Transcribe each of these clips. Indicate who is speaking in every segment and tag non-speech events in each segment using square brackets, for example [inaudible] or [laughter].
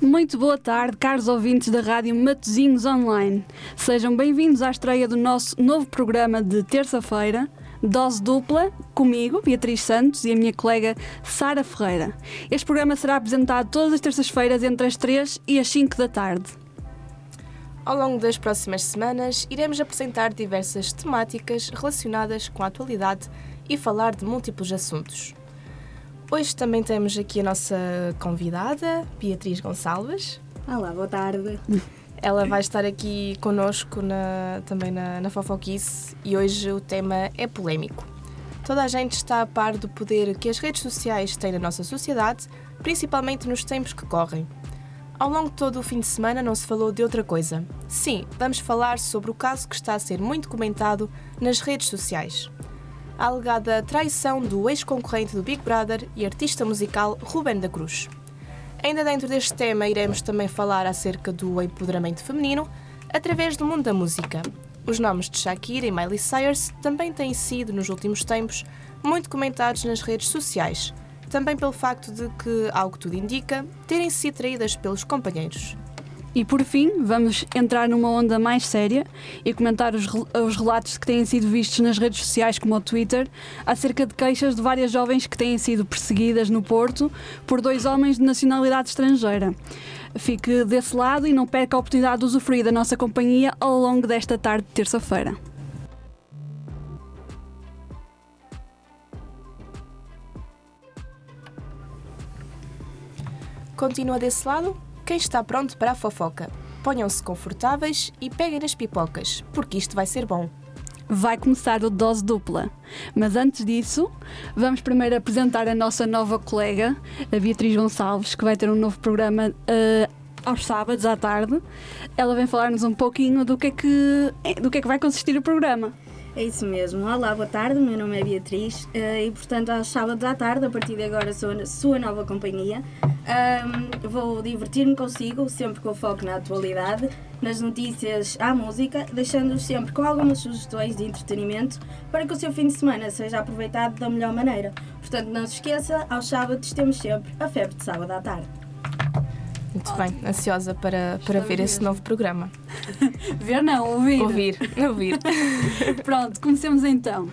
Speaker 1: Muito boa tarde, caros ouvintes da Rádio Matozinhos Online. Sejam bem-vindos à estreia do nosso novo programa de terça-feira, Dose Dupla, comigo, Beatriz Santos, e a minha colega Sara Ferreira. Este programa será apresentado todas as terças-feiras entre as 3 e as 5 da tarde.
Speaker 2: Ao longo das próximas semanas, iremos apresentar diversas temáticas relacionadas com a atualidade e falar de múltiplos assuntos. Hoje também temos aqui a nossa convidada, Beatriz Gonçalves.
Speaker 3: Olá, boa tarde.
Speaker 2: Ela vai estar aqui connosco na- também na, na Fofoquice e hoje o tema é polémico. Toda a gente está a par do poder que as redes sociais têm na nossa sociedade, principalmente nos tempos que correm. Ao longo de todo o fim de semana não se falou de outra coisa. Sim, vamos falar sobre o caso que está a ser muito comentado nas redes sociais. A alegada traição do ex-concorrente do Big Brother e artista musical Ruben da Cruz. Ainda dentro deste tema, iremos também falar acerca do empoderamento feminino através do mundo da música. Os nomes de Shakira e Miley Cyrus também têm sido, nos últimos tempos, muito comentados nas redes sociais, também pelo facto de que, ao que tudo indica, terem sido traídas pelos companheiros.
Speaker 1: E por fim, vamos entrar numa onda mais séria e comentar os, rel- os relatos que têm sido vistos nas redes sociais, como o Twitter, acerca de queixas de várias jovens que têm sido perseguidas no Porto por dois homens de nacionalidade estrangeira. Fique desse lado e não perca a oportunidade de usufruir da nossa companhia ao longo desta tarde de terça-feira.
Speaker 2: Continua desse lado? Quem está pronto para a fofoca? Ponham-se confortáveis e peguem nas pipocas, porque isto vai ser bom.
Speaker 1: Vai começar o Dose Dupla. Mas antes disso, vamos primeiro apresentar a nossa nova colega, a Beatriz Gonçalves, que vai ter um novo programa eh, aos sábados à tarde. Ela vem falar-nos um pouquinho do que, é que, eh, do que é que vai consistir o programa.
Speaker 3: É isso mesmo. Olá, boa tarde. Meu nome é Beatriz eh, e, portanto, aos sábados à tarde, a partir de agora, sou a sua nova companhia. Ahm, vou divertir-me consigo, sempre com foco na atualidade, nas notícias, à música, deixando-os sempre com algumas sugestões de entretenimento para que o seu fim de semana seja aproveitado da melhor maneira. Portanto, não se esqueça, aos sábados temos sempre a febre de sábado à tarde.
Speaker 2: Muito bem, ansiosa para, para
Speaker 1: Estamos
Speaker 2: ver esse
Speaker 1: mesmo.
Speaker 2: novo programa.
Speaker 1: Ver não, ouvir.
Speaker 2: Ouvir, ouvir.
Speaker 1: Pronto, comecemos então.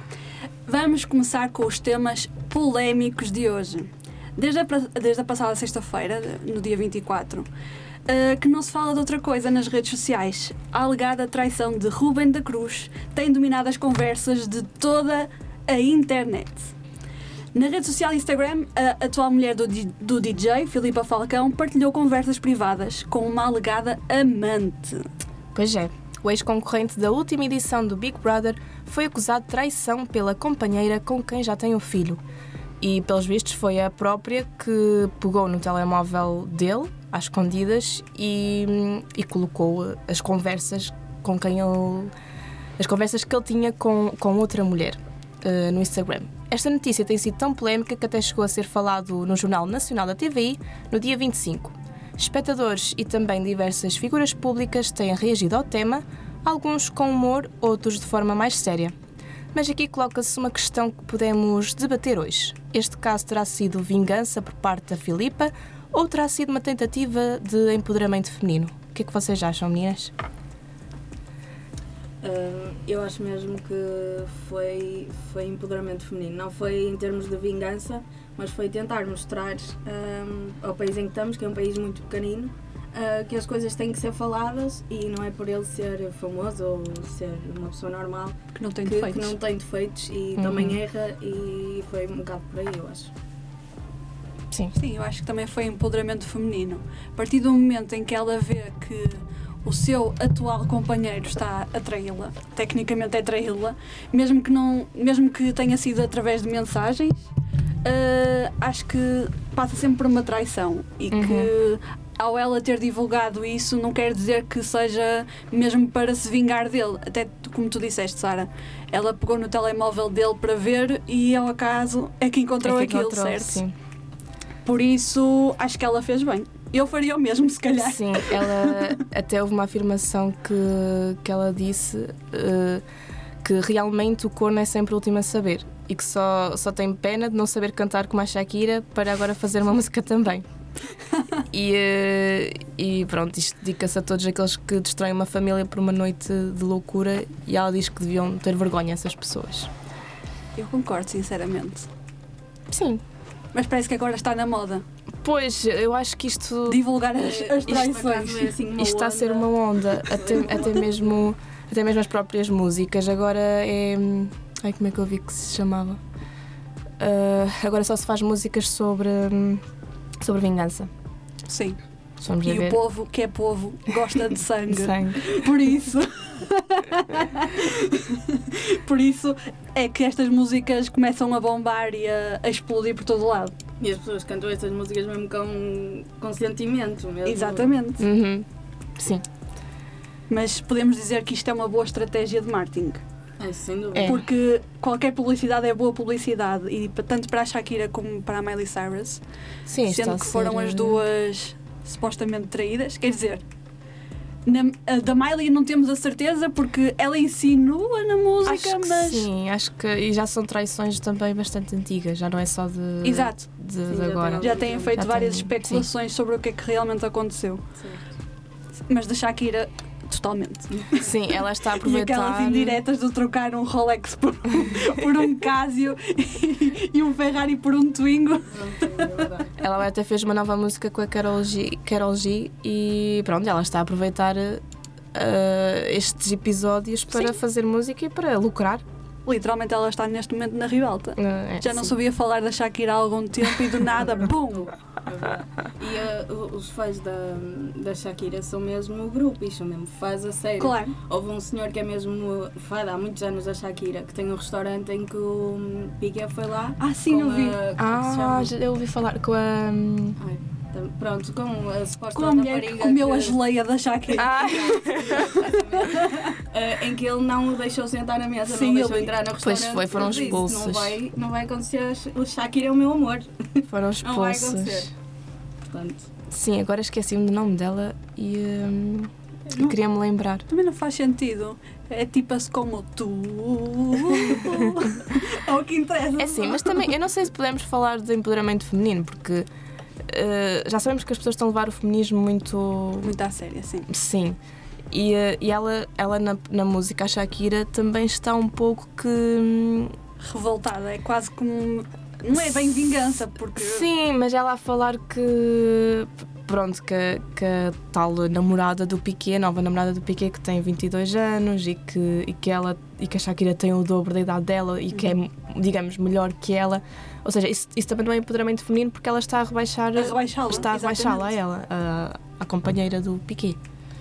Speaker 1: Vamos começar com os temas polémicos de hoje. Desde a, pra- desde a passada sexta-feira, de- no dia 24, eh, que não se fala de outra coisa nas redes sociais. A alegada traição de Ruben da Cruz tem dominado as conversas de toda a internet. Na rede social Instagram, a atual mulher do, di- do DJ, Filipa Falcão, partilhou conversas privadas com uma alegada amante.
Speaker 2: Pois é, o ex-concorrente da última edição do Big Brother foi acusado de traição pela companheira com quem já tem um filho. E, pelos vistos, foi a própria que pegou no telemóvel dele, às escondidas, e, e colocou eh, as conversas com quem ele. as conversas que ele tinha com, com outra mulher eh, no Instagram. Esta notícia tem sido tão polémica que até chegou a ser falado no Jornal Nacional da TVI no dia 25. Espectadores e também diversas figuras públicas têm reagido ao tema, alguns com humor, outros de forma mais séria. Mas aqui coloca-se uma questão que podemos debater hoje. Este caso terá sido vingança por parte da Filipa ou terá sido uma tentativa de empoderamento feminino? O que é que vocês acham, meninas?
Speaker 3: Hum, eu acho mesmo que foi, foi empoderamento feminino. Não foi em termos de vingança, mas foi tentar mostrar hum, ao país em que estamos, que é um país muito pequenino, ah, que as coisas têm que ser faladas e não é por ele ser famoso ou ser uma pessoa normal
Speaker 1: Que não tem
Speaker 3: que, que
Speaker 1: defeitos.
Speaker 3: não tem defeitos e
Speaker 2: Uhum.
Speaker 3: também erra e foi um bocado por aí, eu
Speaker 2: [laughs]
Speaker 3: acho.
Speaker 2: Sim.
Speaker 1: Sim, eu acho que também foi empoderamento feminino. A partir do momento em que ela vê que o seu atual companheiro está a traí-la, tecnicamente é traí-la, mesmo que não, mesmo que tenha sido através de mensagens, eh, acho que passa sempre por uma traição e
Speaker 2: Uhum.
Speaker 1: que ao ela ter divulgado isso não quer dizer que seja mesmo para se vingar dele. Até tu- como tu disseste, Sara, ela pegou no telemóvel dele para ver e ao acaso é que encontrou
Speaker 2: É que
Speaker 1: aquilo,
Speaker 2: encontrou,
Speaker 1: certo?
Speaker 2: Sim.
Speaker 1: Por isso, acho que ela fez bem. Eu faria o mesmo, se calhar.
Speaker 2: Sim, ela até houve uma afirmação que, que ela disse eh, que realmente o corno é sempre o último a saber e que só, só tem pena de não saber cantar como a Shakira para agora fazer uma música também. E, eh, e pronto, isto dedica-se a todos aqueles que destroem uma família por uma noite de loucura e ela diz que deviam ter vergonha essas pessoas.
Speaker 1: Eu concordo, sinceramente.
Speaker 2: Sim.
Speaker 1: Mas parece que agora está na moda
Speaker 2: Pois, eu acho que isto,
Speaker 1: divulgar as, as
Speaker 3: Eh, Isto, por acaso,
Speaker 1: traições.
Speaker 3: é assim uma
Speaker 2: isto está a ser
Speaker 3: onda.
Speaker 2: uma onda, até, até, mesmo, até mesmo as próprias músicas. Agora é. Ai, como é que eu vi que se chamava? Ah, agora só se faz músicas sobre, hum, sobre vingança.
Speaker 1: Sim.
Speaker 2: Vamos a
Speaker 1: E o
Speaker 2: ver.
Speaker 1: povo que é povo gosta de sangue.
Speaker 2: Sangue.
Speaker 1: Por isso. por isso é que estas músicas começam a bombar e a, a explodir por todo lado.
Speaker 3: E as pessoas cantam estas músicas mesmo com, com sentimento mesmo.
Speaker 1: Exatamente.
Speaker 2: Uhum. Sim.
Speaker 1: Mas podemos dizer que isto é uma boa estratégia de marketing.
Speaker 3: Ai, sem dúvida.
Speaker 2: É.
Speaker 1: Porque qualquer publicidade é boa publicidade. E pa- tanto para a Shakira como para a Miley Cyrus.
Speaker 2: Sim, isto está
Speaker 1: sendo
Speaker 2: a
Speaker 1: que foram
Speaker 2: ser,
Speaker 1: as
Speaker 2: eh,
Speaker 1: duas supostamente traídas. Quer dizer, na- a da Miley não temos a certeza porque ela insinua na música,
Speaker 2: Acho que
Speaker 1: mas.
Speaker 2: Sim, acho que. E já são traições também bastante antigas, já não é só de.
Speaker 1: Exato.
Speaker 2: De,
Speaker 3: Sim,
Speaker 2: de
Speaker 3: já
Speaker 2: agora.
Speaker 3: tem-
Speaker 1: Já têm feito
Speaker 2: Já
Speaker 1: várias
Speaker 2: tem-
Speaker 1: especulações sobre o que é que realmente aconteceu.
Speaker 3: Certo.
Speaker 1: Mas da Shakira, totalmente.
Speaker 2: Sim, ela está
Speaker 1: [laughs]
Speaker 2: a
Speaker 1: E
Speaker 2: aproveitar.
Speaker 1: aquelas indiretas de trocar um Rolex por,
Speaker 2: [laughs]
Speaker 1: por um Casio e, e um Ferrari por um Twingo.
Speaker 3: Pronto, é verdade.
Speaker 2: Ela até fez uma nova música com a Carol G, Carol G e pronto, ela está a aproveitar eh, eh, estes episódios para fazer música e para lucrar.
Speaker 1: Literalmente, ela está neste momento na ribalta.
Speaker 2: Eh, é,
Speaker 1: Já não
Speaker 2: sim.
Speaker 1: sabia falar da Shakira há algum tempo e do
Speaker 2: [laughs]
Speaker 1: nada, bum!
Speaker 3: É verdade. E eh, o- os fãs da, da Shakira são mesmo o grupo, isto são mesmo fãs a sério.
Speaker 1: Claro,
Speaker 3: Houve um senhor que é mesmo fã de há muitos anos da Shakira, que tem um restaurante em que o Piquet foi lá.
Speaker 1: Ah, sim,
Speaker 3: com
Speaker 1: eu vi.
Speaker 3: A, como é que se
Speaker 2: Ah,
Speaker 3: chama?
Speaker 2: já- eu ouvi falar com a. hum,
Speaker 3: Ai, tam- pronto, com a suposta
Speaker 1: com a mulher que
Speaker 3: rapariga
Speaker 1: comeu
Speaker 3: que-
Speaker 1: a geleia da Shakira.
Speaker 2: [laughs] Ah,
Speaker 3: [laughs] Eh, em que ele não o deixou sentar na mesa,
Speaker 1: Sim,
Speaker 3: não o deixou
Speaker 1: ele-
Speaker 3: entrar no restaurante.
Speaker 2: Pois foi, foram
Speaker 3: Ele disse,
Speaker 2: expulsos.
Speaker 3: Não vai, não vai acontecer, o Shakira é o meu amor.
Speaker 2: foram
Speaker 3: Não vai
Speaker 2: expulsos.
Speaker 3: acontecer. Portanto,
Speaker 2: Sim, agora esqueci-me do nome dela e hum,
Speaker 3: Não.
Speaker 2: queria-me lembrar.
Speaker 1: Também não faz sentido. É tipo-se como tu. é o que interessa.
Speaker 2: É sim, mas também eu não sei se podemos falar de empoderamento feminino, porque eh, já sabemos que as pessoas estão a levar o feminismo muito.
Speaker 1: Muito à assim. séria, sim.
Speaker 2: Sim. E, eh, e ela, ela na, na música, a Shakira, também está um pouco que. hum,
Speaker 1: revoltada, é quase como. Não é bem vingança, porque.
Speaker 2: Sim, mas ela a falar que. Pronto, que, que a tal namorada do Piquet, a nova namorada do Piquet, que tem 22 anos e que, e que, ela, e que a Shakira tem o dobro da idade dela e que é,
Speaker 1: Uhum.
Speaker 2: digamos, melhor que ela. Ou seja, isso, isso também não é empoderamento feminino porque ela está a rebaixar.
Speaker 1: A rebaixá-la.
Speaker 2: está a
Speaker 1: exatamente.
Speaker 2: rebaixá-la a ela, a, a companheira do Piquet.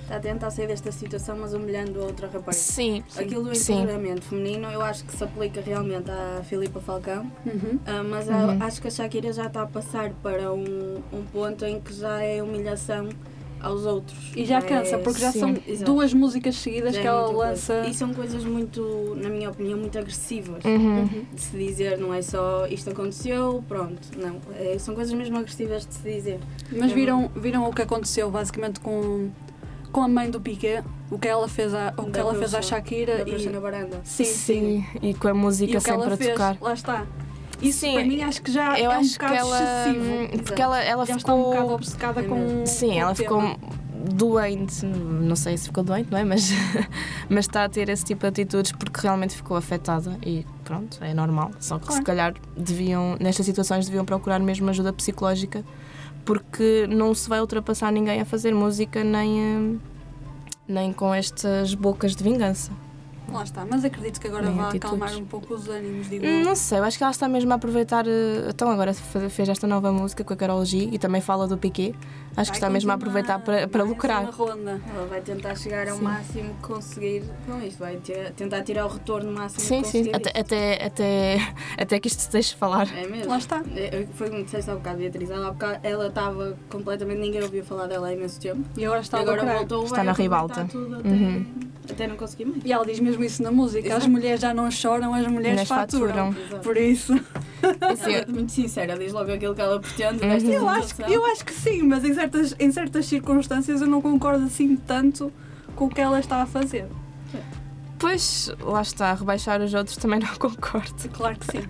Speaker 3: está a tentar sair desta situação, mas humilhando a outra rapariga.
Speaker 2: Sim.
Speaker 3: Aquilo do
Speaker 2: Sim.
Speaker 3: empoderamento feminino eu acho que se aplica realmente à Filipa Falcão,
Speaker 2: é.
Speaker 1: Uhum.
Speaker 3: ah, mas a- acho que a Shakira já está a passar para um, um ponto em que já é humilhação aos outros.
Speaker 1: E já cansa,
Speaker 3: é-
Speaker 1: porque já
Speaker 2: Sim,
Speaker 1: são
Speaker 3: exato.
Speaker 1: duas músicas seguidas
Speaker 3: já
Speaker 1: que
Speaker 3: é
Speaker 1: ela
Speaker 3: muita coisa.
Speaker 1: lança.
Speaker 3: E são coisas muito, na minha opinião, muito agressivas.
Speaker 2: Uhum.
Speaker 1: Uhum.
Speaker 3: de se dizer, não é só isto aconteceu, pronto. Não, É, são coisas mesmo agressivas de se dizer.
Speaker 2: é
Speaker 1: Mas viram, viram o que aconteceu basicamente com, com a mãe do Piquet, o que ela fez à, o que
Speaker 3: Da
Speaker 1: ela fez à
Speaker 3: bruxa.
Speaker 1: Shakira
Speaker 3: Da
Speaker 1: e.
Speaker 3: bruxa na varanda.
Speaker 1: Sim, sim.
Speaker 2: E com a
Speaker 1: E
Speaker 2: música
Speaker 1: o que
Speaker 2: sempre
Speaker 1: ela
Speaker 2: a
Speaker 1: fez,
Speaker 2: tocar.
Speaker 1: lá está. Isso
Speaker 2: Sim,
Speaker 1: para mim acho que já
Speaker 2: Eu
Speaker 1: é um
Speaker 2: acho
Speaker 1: bocado
Speaker 2: que ela. hum,
Speaker 1: excessivo.
Speaker 2: Porque ela, ela
Speaker 1: Já está um
Speaker 2: ficou.
Speaker 1: bocado obcecada
Speaker 3: É
Speaker 1: com.
Speaker 3: mesmo.
Speaker 2: Sim,
Speaker 1: com o
Speaker 2: ela ficou
Speaker 1: tema.
Speaker 2: doente, não sei se ficou doente, não é? Mas, [laughs] mas está a ter esse tipo de atitudes porque realmente ficou afetada e pronto, é normal. Só que se
Speaker 1: Claro.
Speaker 2: calhar deviam, nestas situações, deviam procurar mesmo ajuda psicológica porque não se vai ultrapassar ninguém a fazer música nem, hum, nem com estas bocas de vingança.
Speaker 1: Lá está, mas acredito que agora
Speaker 2: Nem
Speaker 1: vá
Speaker 2: atitudes.
Speaker 1: acalmar um pouco os ânimos, digo.
Speaker 2: Hum, Não sei, eu acho que ela está mesmo a aproveitar. eh, Então, agora fe- fez esta nova música com a Carol G e também fala do Piquet. Acho que está mesmo a aproveitar para, para lucrar.
Speaker 3: Ela vai tentar chegar ao
Speaker 2: Sim.
Speaker 3: máximo que conseguir com isto, vai tira- tentar tirar o retorno máximo
Speaker 2: Sim,
Speaker 3: que
Speaker 2: sim,
Speaker 3: conseguir.
Speaker 2: até, até, até, até que isto se deixe falar.
Speaker 3: É mesmo.
Speaker 1: Lá está.
Speaker 3: É, Foi como disseste há bocado, Beatriz. Ela há bocado- ela estava completamente. ninguém ouviu falar dela há imenso tempo.
Speaker 1: E agora está a
Speaker 3: agora
Speaker 1: lucrar.
Speaker 3: voltou
Speaker 2: Está
Speaker 3: vai
Speaker 2: na
Speaker 3: aproveitar
Speaker 2: ribalta.
Speaker 3: tudo até,
Speaker 2: Uhum.
Speaker 3: até não conseguir mais.
Speaker 1: E ela diz mesmo isso na música: as
Speaker 3: Exato.
Speaker 1: mulheres já não choram, as mulheres
Speaker 2: Mulheres
Speaker 1: faturam.
Speaker 2: faturam.
Speaker 3: Exato.
Speaker 1: Por [laughs] isso.
Speaker 2: Assim,
Speaker 3: Ela é muito sincera, diz logo aquilo que ela pretende.
Speaker 2: Uhum.
Speaker 3: desta
Speaker 1: Eu acho,
Speaker 3: situação.
Speaker 1: eu acho que sim, mas em certas, em certas circunstâncias eu não concordo assim tanto com o que ela está a fazer.
Speaker 2: Pois, lá está, rebaixar os outros também não [laughs] concordo.
Speaker 1: Claro que sim.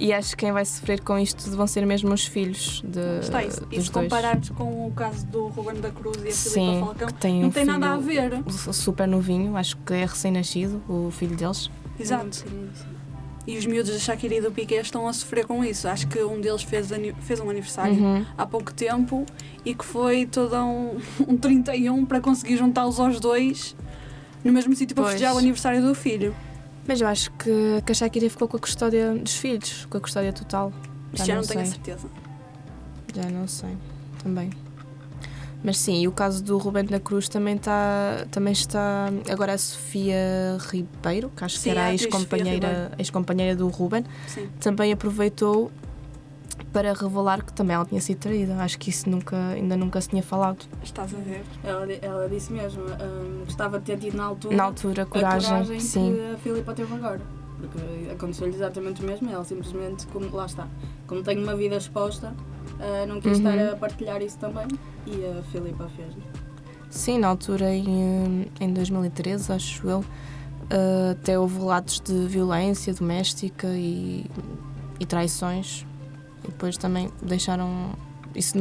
Speaker 2: E acho que quem vai sofrer com isto tudo vão ser mesmo os filhos de,
Speaker 1: Está isso. E
Speaker 2: eh, dos
Speaker 1: se
Speaker 2: dois.
Speaker 1: compararmos com o caso do Ruben da Cruz e a Filipa
Speaker 2: Sim,
Speaker 1: Falcão,
Speaker 2: que tem
Speaker 1: não
Speaker 2: um
Speaker 1: tem
Speaker 2: filho
Speaker 1: nada a ver.
Speaker 2: super novinho, acho que é recém-nascido, o filho deles.
Speaker 1: Exato. E os miúdos da Shakira e do Piqué estão a sofrer com isso. Acho que um deles fez, ani- fez um aniversário
Speaker 2: Uhum.
Speaker 1: há pouco tempo e que foi todo um, [laughs] um 31 para conseguir juntá-los aos dois no mesmo sítio para
Speaker 2: Pois.
Speaker 1: festejar o aniversário do filho.
Speaker 2: Mas eu acho que, que a Shakira ficou com a custódia dos filhos, com a custódia total. Já
Speaker 1: Isto já
Speaker 2: não
Speaker 1: não tenho a
Speaker 2: sei.
Speaker 1: certeza.
Speaker 2: Já não sei, também. Mas sim, e o caso do Rubén da Cruz também está, também está agora a Sofia Ribeiro, que acho
Speaker 1: Sim,
Speaker 2: que era
Speaker 1: a
Speaker 2: a
Speaker 1: atriz Sofia
Speaker 2: ex-companheira ex do Ruben,
Speaker 1: Sim.
Speaker 2: também aproveitou para revelar que também ela tinha sido traída. Acho que isso nunca, ainda nunca se tinha falado.
Speaker 1: Estás a ver.
Speaker 3: Ela, di- ela disse mesmo, hum, gostava de ter tido na altura,
Speaker 2: Na altura, coragem,
Speaker 3: a coragem
Speaker 2: sim.
Speaker 3: que a Filipa teve agora. Porque aconteceu-lhe exatamente o mesmo, ela simplesmente, como, lá está, como tem uma vida exposta, ah, não quis
Speaker 2: Uhum.
Speaker 3: estar a partilhar isso também e a Filipa fez. é?
Speaker 2: Sim, na altura, em, eh, em 2013, acho eu, eh, até houve relatos de violência doméstica e, e traições. E depois também deixaram, isso,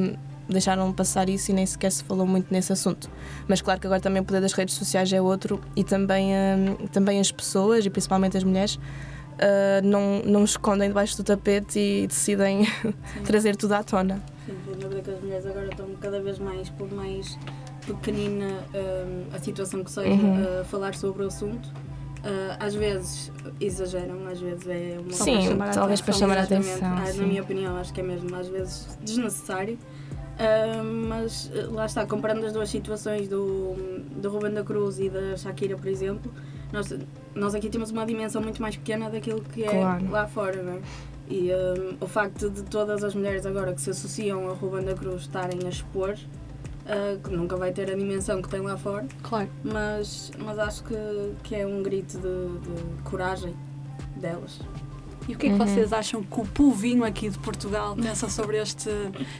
Speaker 2: deixaram passar isso e nem sequer se falou muito nesse assunto. Mas claro que agora também o poder das redes sociais é outro e também, eh, também as pessoas, e principalmente as mulheres, eh, não, não escondem debaixo do tapete e decidem [laughs] trazer tudo à tona.
Speaker 3: Sim, sem dúvida que as mulheres agora estão cada vez mais, por mais pequenina hum, a situação que seja,
Speaker 2: Uhum.
Speaker 3: a falar sobre o assunto. Ah, às vezes exageram, às vezes é uma
Speaker 2: Só Sim, para chamar a talvez para atenção. chamar a
Speaker 3: Exatamente.
Speaker 2: atenção,
Speaker 3: Ah,
Speaker 2: sim.
Speaker 3: na minha opinião, acho que é mesmo às vezes desnecessário. Ah, mas ah, lá está, comparando as duas situações do, do Ruben da Cruz e da Shakira, por exemplo, nós, nós aqui temos uma dimensão muito mais pequena daquilo que é
Speaker 2: Claro.
Speaker 3: lá fora, não é? E hum, o facto de todas as mulheres agora que se associam a Ruben da Cruz estarem a expor, ah, que nunca vai ter a dimensão que tem lá fora,
Speaker 1: Claro.
Speaker 3: mas, mas acho que, que é um grito de, de coragem delas.
Speaker 1: E o que é que
Speaker 2: Uhum.
Speaker 1: vocês acham que o povinho aqui de Portugal pensa sobre este,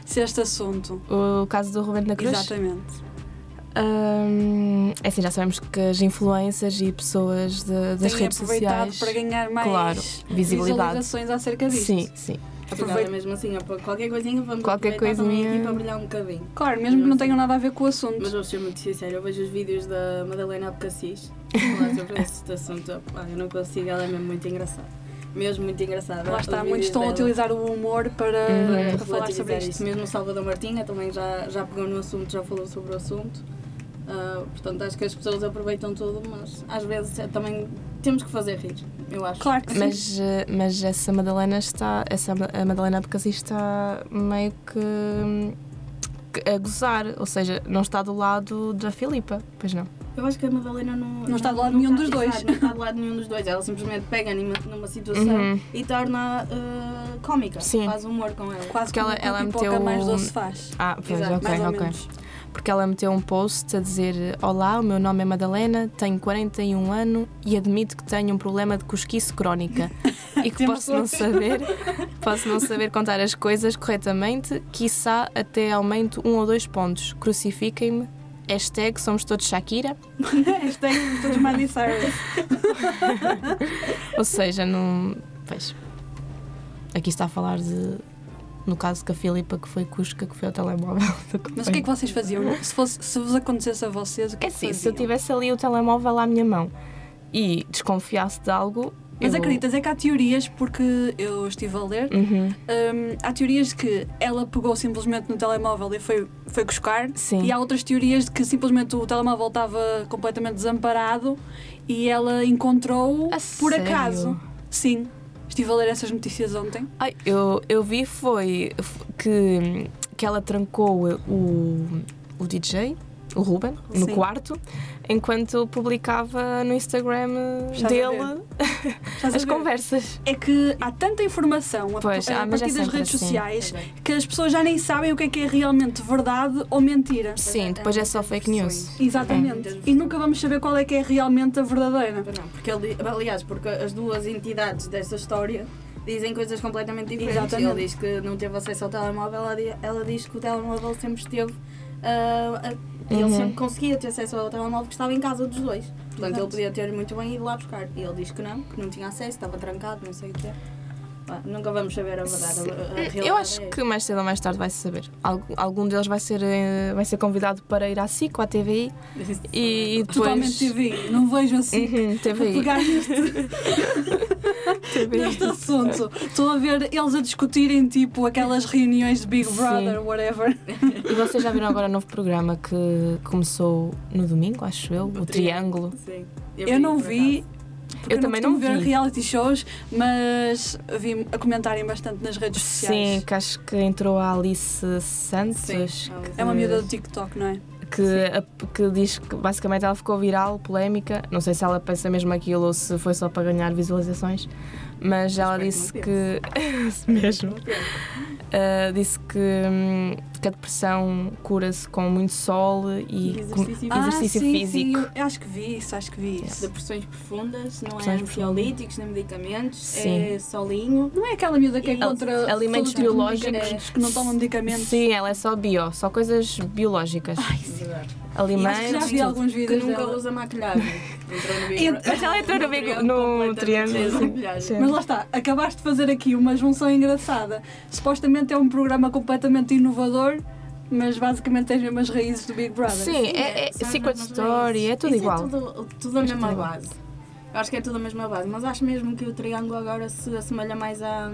Speaker 1: se este assunto?
Speaker 2: O caso do Rubén da Cruz.
Speaker 1: Exatamente.
Speaker 2: Hum, é assim, já sabemos que as influências e pessoas de- das
Speaker 1: Têm
Speaker 2: redes
Speaker 1: aproveitado
Speaker 2: sociais.
Speaker 1: para ganhar mais
Speaker 2: Claro, visibilidade.
Speaker 1: visualizações acerca disto.
Speaker 2: Sim, sim.
Speaker 3: Aproveita
Speaker 1: Aproveita-
Speaker 3: mesmo assim, ó, pá, qualquer coisinha vamos
Speaker 2: Qualquer
Speaker 3: aproveitar também
Speaker 2: coisinha.
Speaker 3: aqui para brilhar um bocadinho.
Speaker 1: Claro, mesmo que não tenham nada a ver com o assunto.
Speaker 3: Mas vou ser muito sincera, eu vejo os vídeos da Madalena Abcacis falar sobre este assunto, ó, pá, eu não consigo, ela é mesmo muito engraçada. Mesmo muito engraçada.
Speaker 1: Lá
Speaker 3: Os
Speaker 1: está,
Speaker 3: vídeos
Speaker 1: muitos estão a
Speaker 3: dela
Speaker 1: utilizar o humor para,
Speaker 2: Uhum.
Speaker 1: para falar sobre
Speaker 3: é relativizar
Speaker 1: isto.
Speaker 3: isto. Mesmo o Salvador Martinha também já, já pegou no assunto, já falou sobre o assunto. Ah, portanto, acho que as pessoas aproveitam tudo, mas às vezes é também temos que fazer rir, eu acho.
Speaker 1: Claro que sim.
Speaker 2: Mas, eh, mas essa Madalena está. Essa Ma- a Madalena Abcacis está meio que, hum, que a gozar, ou seja, não está do lado da Filipa, pois não.
Speaker 3: Eu acho que a Madalena não.
Speaker 1: Não está do lado nenhum dos dois.
Speaker 3: exato, Não está do lado nenhum dos dois. Ela simplesmente pega numa, numa situação
Speaker 2: Uhum.
Speaker 3: e torna ah, cómica.
Speaker 2: Sim.
Speaker 3: Faz humor com ela.
Speaker 1: Quase
Speaker 2: que
Speaker 1: que
Speaker 2: ela-
Speaker 1: ela,
Speaker 2: ela
Speaker 1: pipoca
Speaker 2: meteu-
Speaker 1: mais doce faz.
Speaker 2: Ah, pois,
Speaker 3: Exato,
Speaker 2: ok,
Speaker 3: mais ou
Speaker 2: ok.
Speaker 3: menos.
Speaker 2: Porque ela meteu um post a dizer: Olá, o meu nome é Madalena, tenho 41 anos e admito que tenho um problema de
Speaker 1: [laughs]
Speaker 2: cosquice crónica e que posso não saber, posso não saber contar as coisas corretamente, quiçá até aumento um ou dois pontos. Crucifiquem-me. Hashtag somos todos Shakira.
Speaker 1: Isto é todos Miley Cyrus.
Speaker 2: Ou seja, não. Pois. Aqui está a falar de. No caso que a Filipa, que foi Cusca, que foi ao telemóvel. [laughs]
Speaker 1: Mas o que é que vocês faziam? Se, fosse, se vos acontecesse a vocês, o que
Speaker 2: É
Speaker 1: é que
Speaker 2: assim,
Speaker 1: faziam?
Speaker 2: se eu tivesse ali o telemóvel à minha mão e desconfiasse de algo.
Speaker 1: Mas
Speaker 2: eu...
Speaker 1: acreditas, é que há teorias, porque eu estive a ler,
Speaker 2: Uhum.
Speaker 1: hum, há teorias de que ela pegou simplesmente no telemóvel e foi, foi buscar,
Speaker 2: Sim.
Speaker 1: e há outras teorias de que simplesmente o telemóvel estava completamente desamparado e ela encontrou-o
Speaker 2: A
Speaker 1: um, por
Speaker 2: sério?
Speaker 1: acaso. Sim, estive a ler essas notícias ontem.
Speaker 2: Ai, eu, eu vi foi f- que, que ela trancou o, o DJ, o Ruben, no
Speaker 1: Sim.
Speaker 2: quarto, enquanto publicava no Instagram
Speaker 1: Estás a
Speaker 2: dele
Speaker 1: Estás a
Speaker 2: as
Speaker 1: ver?
Speaker 2: conversas.
Speaker 1: É que há tanta informação a,
Speaker 2: Pois,
Speaker 1: a
Speaker 2: ah, mas
Speaker 1: partir
Speaker 2: é
Speaker 1: das
Speaker 2: sempre
Speaker 1: redes
Speaker 2: assim.
Speaker 1: sociais
Speaker 3: É bem.
Speaker 1: que as pessoas já nem sabem o que é que é realmente verdade ou mentira.
Speaker 2: Sim, depois é só fake news.
Speaker 1: Exatamente.
Speaker 2: É.
Speaker 1: E nunca vamos saber qual é que é realmente a verdadeira.
Speaker 3: Pois Não, porque ele, aliás, porque as duas entidades desta história dizem coisas completamente diferentes.
Speaker 1: Exatamente.
Speaker 3: Ele diz que não teve acesso ao telemóvel, ela, di- ela diz que o telemóvel sempre esteve ah, ah, ele
Speaker 2: Uhum.
Speaker 3: sempre conseguia ter acesso ao telemóvel que estava em casa dos dois. Portanto, ele podia ter muito bem ido lá buscar. E ele diz que não, que não tinha acesso, estava trancado, não sei o quê. Pá, nunca vamos saber a
Speaker 1: É
Speaker 3: verdade. a- a realidade
Speaker 2: Eu acho
Speaker 3: é
Speaker 2: que mais cedo ou mais tarde vai-se saber. Algu- algum deles vai ser, eh, vai ser convidado para ir à SIC ou à TVI
Speaker 3: esta.
Speaker 2: e, e depois.
Speaker 1: Totalmente TV, não vejo assim.
Speaker 2: Uhum,
Speaker 1: Vou
Speaker 2: TVI.
Speaker 1: pegar neste,
Speaker 2: TVI.
Speaker 1: neste assunto. Estou a ver eles a discutirem, tipo, aquelas reuniões de Big
Speaker 2: Sim.
Speaker 1: Brother, whatever.
Speaker 2: [laughs] E vocês já viram agora o novo programa que começou no domingo, acho eu, o Triângulo.
Speaker 3: Sim.
Speaker 1: Eu não
Speaker 3: por acaso.
Speaker 1: vi. porque
Speaker 2: Eu também
Speaker 1: costumo
Speaker 2: não
Speaker 1: ver
Speaker 2: vi.
Speaker 1: reality shows, mas vi a comentarem bastante nas redes
Speaker 2: Sim,
Speaker 1: sociais.
Speaker 2: que acho que entrou a Alice Santos.
Speaker 3: Sim,
Speaker 1: É uma miúda do TikTok, não é?
Speaker 2: que, a- que diz que basicamente ela ficou viral, polémica. Não sei se ela pensa mesmo aquilo ou se foi só para ganhar visualizações, mas ela
Speaker 3: que
Speaker 2: disse
Speaker 3: não
Speaker 2: que. [laughs] Isso mesmo. Ah, disse que, hum, que a depressão cura-se com muito sol e
Speaker 3: E
Speaker 2: com-
Speaker 3: exercício
Speaker 2: Ah, exercício
Speaker 1: sim,
Speaker 2: físico.
Speaker 1: Sim, eu acho que vi isso, acho que vi isso.
Speaker 3: Depressões profundas, não
Speaker 2: Depressões
Speaker 3: é ansiolíticos, nem medicamentos,
Speaker 2: Sim.
Speaker 3: é solinho.
Speaker 1: Não é aquela miúda que é
Speaker 3: E
Speaker 1: contra
Speaker 2: alimentos
Speaker 1: todo tipo de
Speaker 2: biológicos.
Speaker 1: medicamentos, que não tomam medicamentos.
Speaker 2: Sim, ela é só bio, só coisas biológicas.
Speaker 1: Acho que já
Speaker 2: Alimentos.
Speaker 1: vi
Speaker 2: tudo.
Speaker 1: alguns
Speaker 3: Que
Speaker 1: vídeos
Speaker 3: nunca
Speaker 1: dela.
Speaker 3: usa
Speaker 2: [laughs]
Speaker 3: maquilhagem. Entrou no Big
Speaker 2: E-
Speaker 3: Brother.
Speaker 2: Mas ela entrou no Big-
Speaker 3: Completamente
Speaker 2: no triângulo.
Speaker 3: sem
Speaker 2: sim.
Speaker 3: maquilhagem.
Speaker 1: Mas lá está, acabaste de fazer aqui uma junção engraçada. Supostamente é um programa completamente inovador, mas basicamente tem as mesmas raízes do Big Brother.
Speaker 2: Sim, é, é
Speaker 3: São as
Speaker 2: Secret
Speaker 3: mesmas
Speaker 2: Story,
Speaker 3: raízes.
Speaker 2: é tudo
Speaker 3: Isso
Speaker 2: igual.
Speaker 3: É tudo, tudo a
Speaker 2: Acho
Speaker 3: mesma
Speaker 2: tudo igual.
Speaker 3: base. Eu acho que é tudo a mesma base, mas acho mesmo que o triângulo agora se assemelha mais à,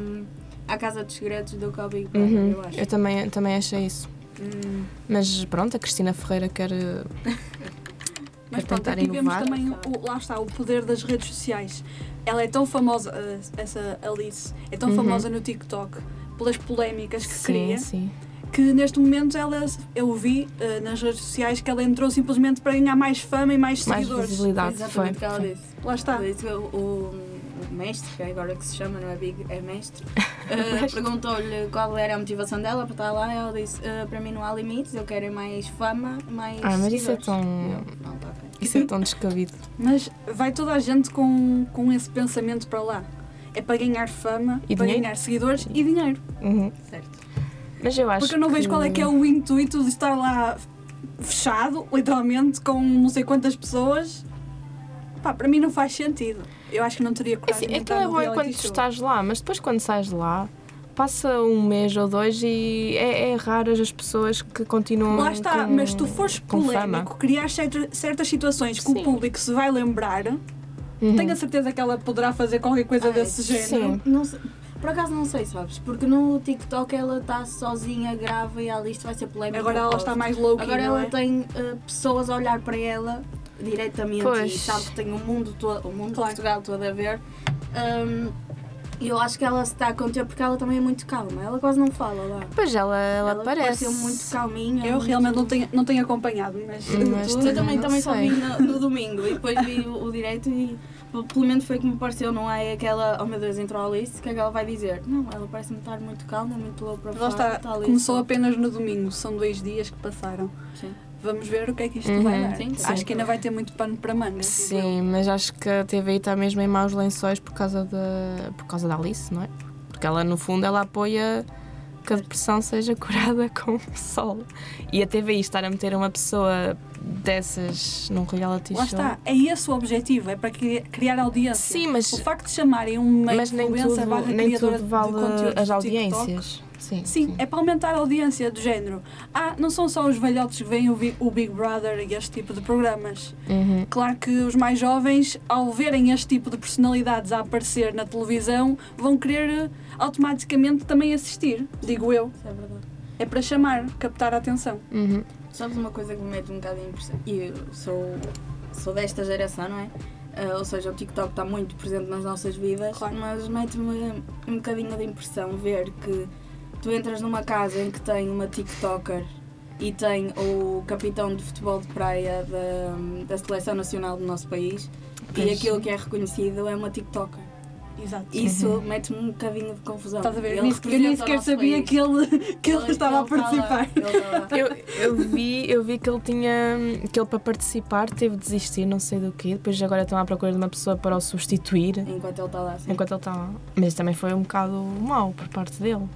Speaker 3: à Casa dos Segredos do que ao Big Brother,
Speaker 2: Uhum,
Speaker 3: eu acho.
Speaker 2: Eu também, também achei isso.
Speaker 3: Hum,
Speaker 2: Mas pronto, a Cristina Ferreira quer. eh,
Speaker 1: Mas
Speaker 2: quer
Speaker 1: pronto,
Speaker 2: É tentar
Speaker 1: aqui vemos
Speaker 2: inovar.
Speaker 1: também, o, lá está, o poder das redes sociais. Ela é tão famosa, eh, essa Alice, é tão
Speaker 2: Uhum.
Speaker 1: famosa no TikTok pelas polémicas que
Speaker 2: Sim,
Speaker 1: cria,
Speaker 2: sim.
Speaker 1: que neste momento ela, eu vi eh, nas redes sociais que ela entrou simplesmente para ganhar mais fama e mais,
Speaker 2: Mais
Speaker 1: seguidores.
Speaker 2: visibilidade. Foi.
Speaker 3: exatamente o que ela
Speaker 2: foi.
Speaker 3: disse.
Speaker 1: Lá está.
Speaker 3: Por isso, o, o mestre, que é agora que se chama, não é Big,
Speaker 2: [laughs]
Speaker 3: é mestre, eh, perguntou-lhe qual era a motivação dela para estar lá. Ela disse: "Eh, Para mim não há limites, eu quero é mais fama, mais.
Speaker 2: Ah, mas isso é
Speaker 3: seguidores."
Speaker 2: tão.
Speaker 3: Eu, Não, tá ok.
Speaker 2: Isso é tão descabido.
Speaker 1: Mas vai toda a gente com, com esse pensamento para lá. É para ganhar fama,
Speaker 2: E
Speaker 1: para
Speaker 2: dinheiro.
Speaker 1: ganhar seguidores e dinheiro.
Speaker 2: Uhum.
Speaker 3: Certo.
Speaker 2: Mas eu acho.
Speaker 1: Porque eu não vejo qual é que é o intuito de estar lá fechado, literalmente, com não sei quantas pessoas. Pá, para mim não faz sentido. Eu acho que não teria
Speaker 2: É
Speaker 1: coragem
Speaker 2: Assim,
Speaker 1: de entrar
Speaker 2: aquilo é
Speaker 1: no
Speaker 2: bom
Speaker 1: reality
Speaker 2: enquanto tu
Speaker 1: show.
Speaker 2: estás lá, mas depois quando sais de lá, passa um mês ou dois e é, é raras as pessoas que continuam.
Speaker 1: Lá está,
Speaker 2: com-
Speaker 1: mas se tu fores
Speaker 2: com fama.
Speaker 1: polémico, criar certa- certas situações que
Speaker 2: Sim.
Speaker 1: o público se vai lembrar,
Speaker 2: Uhum.
Speaker 1: tenho a certeza que ela poderá fazer qualquer coisa
Speaker 3: Ah,
Speaker 1: desse género.
Speaker 2: Sim.
Speaker 3: Não sei- Por acaso não sei, sabes? Porque no TikTok ela está sozinha, grava e ela isto vai ser polémica.
Speaker 1: Agora ela está mais louca.
Speaker 3: Agora
Speaker 1: não
Speaker 3: ela
Speaker 1: é?
Speaker 3: tem eh, pessoas a olhar para ela diretamente
Speaker 2: Pois.
Speaker 3: e sabe que tem o mundo todo, o
Speaker 1: Claro.
Speaker 3: mundo de Portugal todo a ver. Ahm, E eu acho que ela se está a conter porque ela também é muito calma. Ela quase não fala lá.
Speaker 2: Pois ela, ela, parece.
Speaker 3: pareceu muito calminha.
Speaker 1: Eu
Speaker 3: muito-
Speaker 1: realmente não tenho, não tenho acompanhado, mas.
Speaker 2: Mas
Speaker 1: tu-
Speaker 2: também
Speaker 3: Eu também,
Speaker 2: não
Speaker 3: também só
Speaker 2: sei.
Speaker 3: vi no, no domingo e depois vi o, o direito e p- pelo menos foi o que me pareceu, não é aquela, oh meu Deus, entrou a Alice, o que é que ela vai dizer? Não, ela parece-me estar muito calma, muito low profile.
Speaker 1: eh, Lá está,
Speaker 3: está Tá ali
Speaker 1: começou
Speaker 3: só-
Speaker 1: apenas no domingo, são dois dias que passaram.
Speaker 3: Sim.
Speaker 1: Vamos ver o que é que isto
Speaker 2: Uhum.
Speaker 1: vai dar.
Speaker 3: Sim,
Speaker 1: Acho
Speaker 3: sim.
Speaker 1: que ainda vai ter muito pano para manga.
Speaker 2: Sim, mas acho que a TVI está mesmo em maus lençóis por causa da, por causa da Alice, não é? Porque ela, no fundo, ela apoia que a depressão seja [laughs] curada com o sol. E a TVI estar a meter uma pessoa dessas num reality
Speaker 1: Lá
Speaker 2: show.
Speaker 1: está, é esse o objetivo, é para cri- criar audiência.
Speaker 2: Sim, mas,
Speaker 1: O facto de chamarem uma
Speaker 2: mas nem
Speaker 1: influencer
Speaker 2: tudo,
Speaker 1: barra
Speaker 2: nem
Speaker 1: criadora
Speaker 2: tudo vale
Speaker 1: de conteúdos
Speaker 2: as
Speaker 1: do TikTok,
Speaker 2: audiências. Sim,
Speaker 1: Sim, é para aumentar a audiência do género. Ah, não são só os velhotes que veem o Vi- o Big Brother e este tipo de programas.
Speaker 2: Uhum.
Speaker 1: Claro que os mais jovens, ao verem este tipo de personalidades a aparecer na televisão, vão querer eh, automaticamente também assistir, digo eu.
Speaker 3: Isso é verdade.
Speaker 1: É para chamar, captar a atenção.
Speaker 2: Uhum.
Speaker 3: Sabes uma coisa que me mete um bocado em impressão? E eu sou, sou desta geração, não é? Ah, ou seja, o TikTok está muito presente nas nossas vidas,
Speaker 1: Claro.
Speaker 3: mas mete-me um bocadinho de impressão ver que tu entras numa casa em que tem uma TikToker e tem o capitão de futebol de praia da, da seleção nacional do nosso país e
Speaker 2: Pois.
Speaker 3: aquilo que é reconhecido é uma TikToker.
Speaker 1: Exato.
Speaker 3: Isso mete-me um bocadinho de confusão.
Speaker 1: Estás a ver?
Speaker 3: Ele
Speaker 1: Nem- eu nem
Speaker 3: representa o
Speaker 1: sequer
Speaker 3: nosso
Speaker 1: sabia
Speaker 3: país.
Speaker 1: que ele, que ele estava a
Speaker 3: ele está lá,
Speaker 1: participar.
Speaker 3: ele está lá.
Speaker 2: Eu, eu, vi, eu vi que ele tinha que ele para participar teve de desistir, não sei do quê. Depois agora estão à procura de uma pessoa para o substituir. tá
Speaker 3: Enquanto ele está tá lá, sim.
Speaker 2: enquanto ele está lá. Mas também foi um bocado mau por parte dele.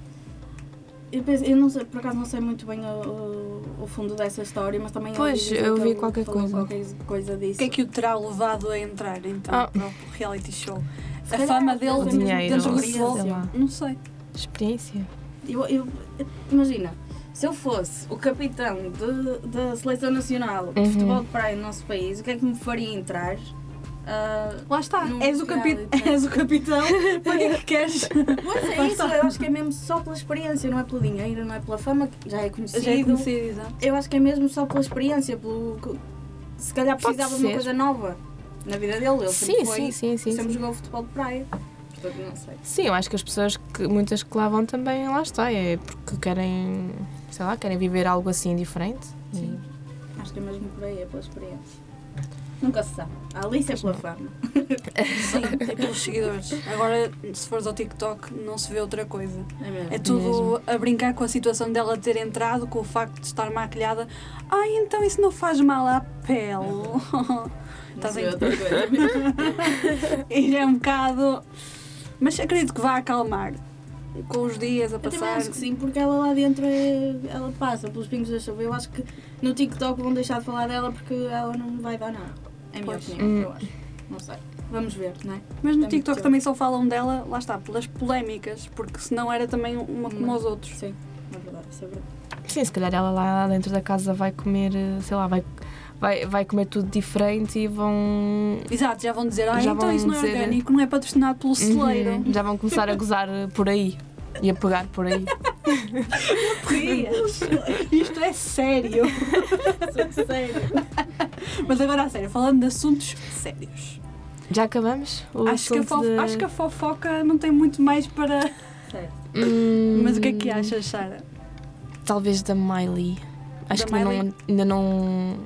Speaker 3: Eu, penso- eu não sei, por acaso não sei muito bem o, o- o fundo dessa história, mas também
Speaker 2: Pois,
Speaker 3: ouvi dizer
Speaker 2: eu
Speaker 3: que
Speaker 2: vi
Speaker 3: ele
Speaker 2: qualquer
Speaker 3: falou
Speaker 2: coisa.
Speaker 3: qualquer coisa disso.
Speaker 1: O que é que o terá levado a entrar então
Speaker 2: Ah.
Speaker 1: para o reality show?
Speaker 3: Se
Speaker 1: A
Speaker 3: calhar é
Speaker 1: fama
Speaker 3: foi
Speaker 1: dele é
Speaker 3: mesmo
Speaker 2: Dinheiro,
Speaker 1: dentro do
Speaker 3: experiência.
Speaker 1: futebol?
Speaker 2: sei lá.
Speaker 1: Não sei.
Speaker 2: Experiência.
Speaker 3: Eu, eu- imagina, se eu fosse o capitão de- da seleção nacional de
Speaker 2: Uhum.
Speaker 3: futebol de praia no nosso país, o que é que me faria entrar? Ah,
Speaker 1: Lá está,
Speaker 3: Num
Speaker 1: és o, capi [laughs]
Speaker 3: reality.
Speaker 1: és o capitão, para que é que queres?
Speaker 3: pois é isso, eu acho que é mesmo só pela experiência, não é pelo dinheiro, não é pela fama, que [laughs] já é conhecido.
Speaker 1: Já é conhecido, exato.
Speaker 3: Eu acho que é mesmo só pela experiência, pelo. que- Se calhar
Speaker 2: Pode
Speaker 3: precisava de uma
Speaker 2: ser.
Speaker 3: coisa nova na vida dele. Ele sempre
Speaker 2: Sim,
Speaker 3: foi,
Speaker 2: sim, sim, sim,
Speaker 3: sempre
Speaker 2: sim.
Speaker 3: jogou futebol de praia. Portanto, não sei.
Speaker 2: Sim, eu acho que as pessoas, que, muitas que lá vão também, lá está, é porque querem, sei lá, querem viver algo assim diferente.
Speaker 3: Sim. Acho que é mesmo por aí, é pela experiência. Nunca se sabe. A Alice é pela fama.
Speaker 1: Sim, é pelos seguidores. Agora, se fores ao TikTok, não se vê outra coisa.
Speaker 3: É mesmo.
Speaker 1: É tudo a brincar com a situação dela ter entrado, com o facto de estar maquilhada. Ai, então isso não faz mal à
Speaker 3: [laughs]
Speaker 1: pele.
Speaker 3: Não
Speaker 1: Estás
Speaker 3: sei
Speaker 1: a
Speaker 3: é outra
Speaker 1: [laughs]
Speaker 3: coisa.
Speaker 1: E é um bocado. Mas acredito que vá acalmar com os dias a
Speaker 3: Eu também
Speaker 1: passar.
Speaker 3: acho que sim, porque ela lá dentro é, ela passa pelos pingos da chuva. Eu acho que no TikTok vão deixar de falar dela porque ela não vai dar nada. É a minha
Speaker 1: Pois.
Speaker 3: opinião,
Speaker 2: Hum.
Speaker 3: eu acho. Não sei. Vamos ver, não é?
Speaker 1: Mas no
Speaker 3: Também
Speaker 1: TikTok
Speaker 3: sim.
Speaker 1: também só falam dela, lá está, pelas polémicas, porque senão era também uma como
Speaker 3: Uma.
Speaker 1: os outros.
Speaker 3: Sim, na verdade, isso é verdade.
Speaker 2: Sim, se calhar ela lá dentro da casa vai comer, eh, sei lá, vai, vai, vai comer tudo diferente e vão.
Speaker 1: Exato, já vão dizer, ah,
Speaker 2: Já
Speaker 1: então
Speaker 2: vão
Speaker 1: isso não é
Speaker 2: dizer-
Speaker 1: orgânico, não é patrocinado pelo celeiro.
Speaker 3: [laughs]
Speaker 2: Uhum, já vão começar a gozar eh, por aí e a pegar
Speaker 1: [laughs]
Speaker 2: por aí.
Speaker 1: Rias. Isto é
Speaker 3: [laughs]
Speaker 1: sério.
Speaker 3: Sou sério.
Speaker 1: Mas agora a sério, falando de assuntos sérios.
Speaker 2: Já acabamos? O
Speaker 1: Acho que, a
Speaker 2: assunto
Speaker 1: fofo-
Speaker 2: de-
Speaker 1: acho que a fofoca não tem muito mais para.
Speaker 3: Sério.
Speaker 2: Hum,
Speaker 1: Mas o que é que achas, Sara?
Speaker 2: Talvez da Miley. Acho
Speaker 1: Da
Speaker 2: que ainda
Speaker 1: Miley?
Speaker 2: não, ainda não.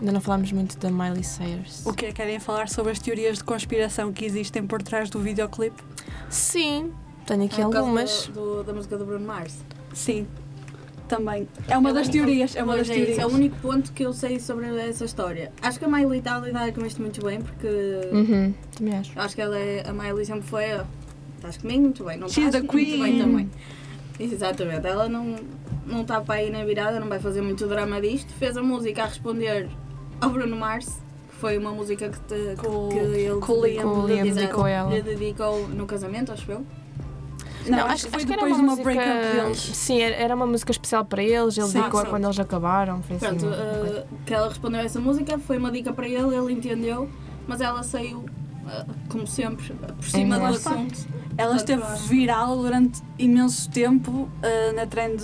Speaker 2: Ainda não falámos muito da Miley Cyrus.
Speaker 1: O que é que querem falar sobre as teorias de conspiração que existem por trás do videoclipe?
Speaker 2: Sim, tenho
Speaker 1: Ah,
Speaker 2: aqui
Speaker 3: É por causa
Speaker 2: algumas.
Speaker 3: do- do- da música do Bruno Mars.
Speaker 1: Sim, também. É uma
Speaker 3: É
Speaker 1: das
Speaker 3: o único-
Speaker 1: teorias. É uma das
Speaker 3: Pois é,
Speaker 1: teorias.
Speaker 3: esse
Speaker 2: um-
Speaker 3: é o único ponto que eu sei sobre essa história. Acho que a Miley está a lidar com isto muito bem, porque
Speaker 2: Uhum, também acho.
Speaker 3: eu acho que ela é, a Miley sempre foi. "Oh, Estás comigo? Muito bem. Não
Speaker 1: She's
Speaker 3: estás
Speaker 1: the queen."
Speaker 3: muito bem também. Exatamente. Ela não, não está para aí na virada, não vai fazer muito drama disto. Fez a música a responder ao Bruno Mars, que foi uma música que, te,
Speaker 1: Com-
Speaker 3: que ele
Speaker 1: com o Liam.
Speaker 2: Com o Liam
Speaker 3: Exato,
Speaker 2: dedicou a ela.
Speaker 3: lhe dedicou no casamento, acho eu.
Speaker 1: Não, acho que foi depois de uma breakup deles.
Speaker 2: Sim, era era uma música especial para eles, ele
Speaker 1: Sim,
Speaker 2: dedicou
Speaker 1: sim. uh,
Speaker 2: quando eles acabaram. Foi assim,
Speaker 3: Pronto,
Speaker 2: uma coisa.
Speaker 3: eh, que ela respondeu a essa música, foi uma dica para ele, ele entendeu, mas ela saiu, eh, como sempre, por cima
Speaker 2: Uhum.
Speaker 3: do
Speaker 2: Lá
Speaker 1: está.
Speaker 3: assunto.
Speaker 1: Ela esteve
Speaker 3: Claro.
Speaker 1: viral durante imenso tempo ah, na trend,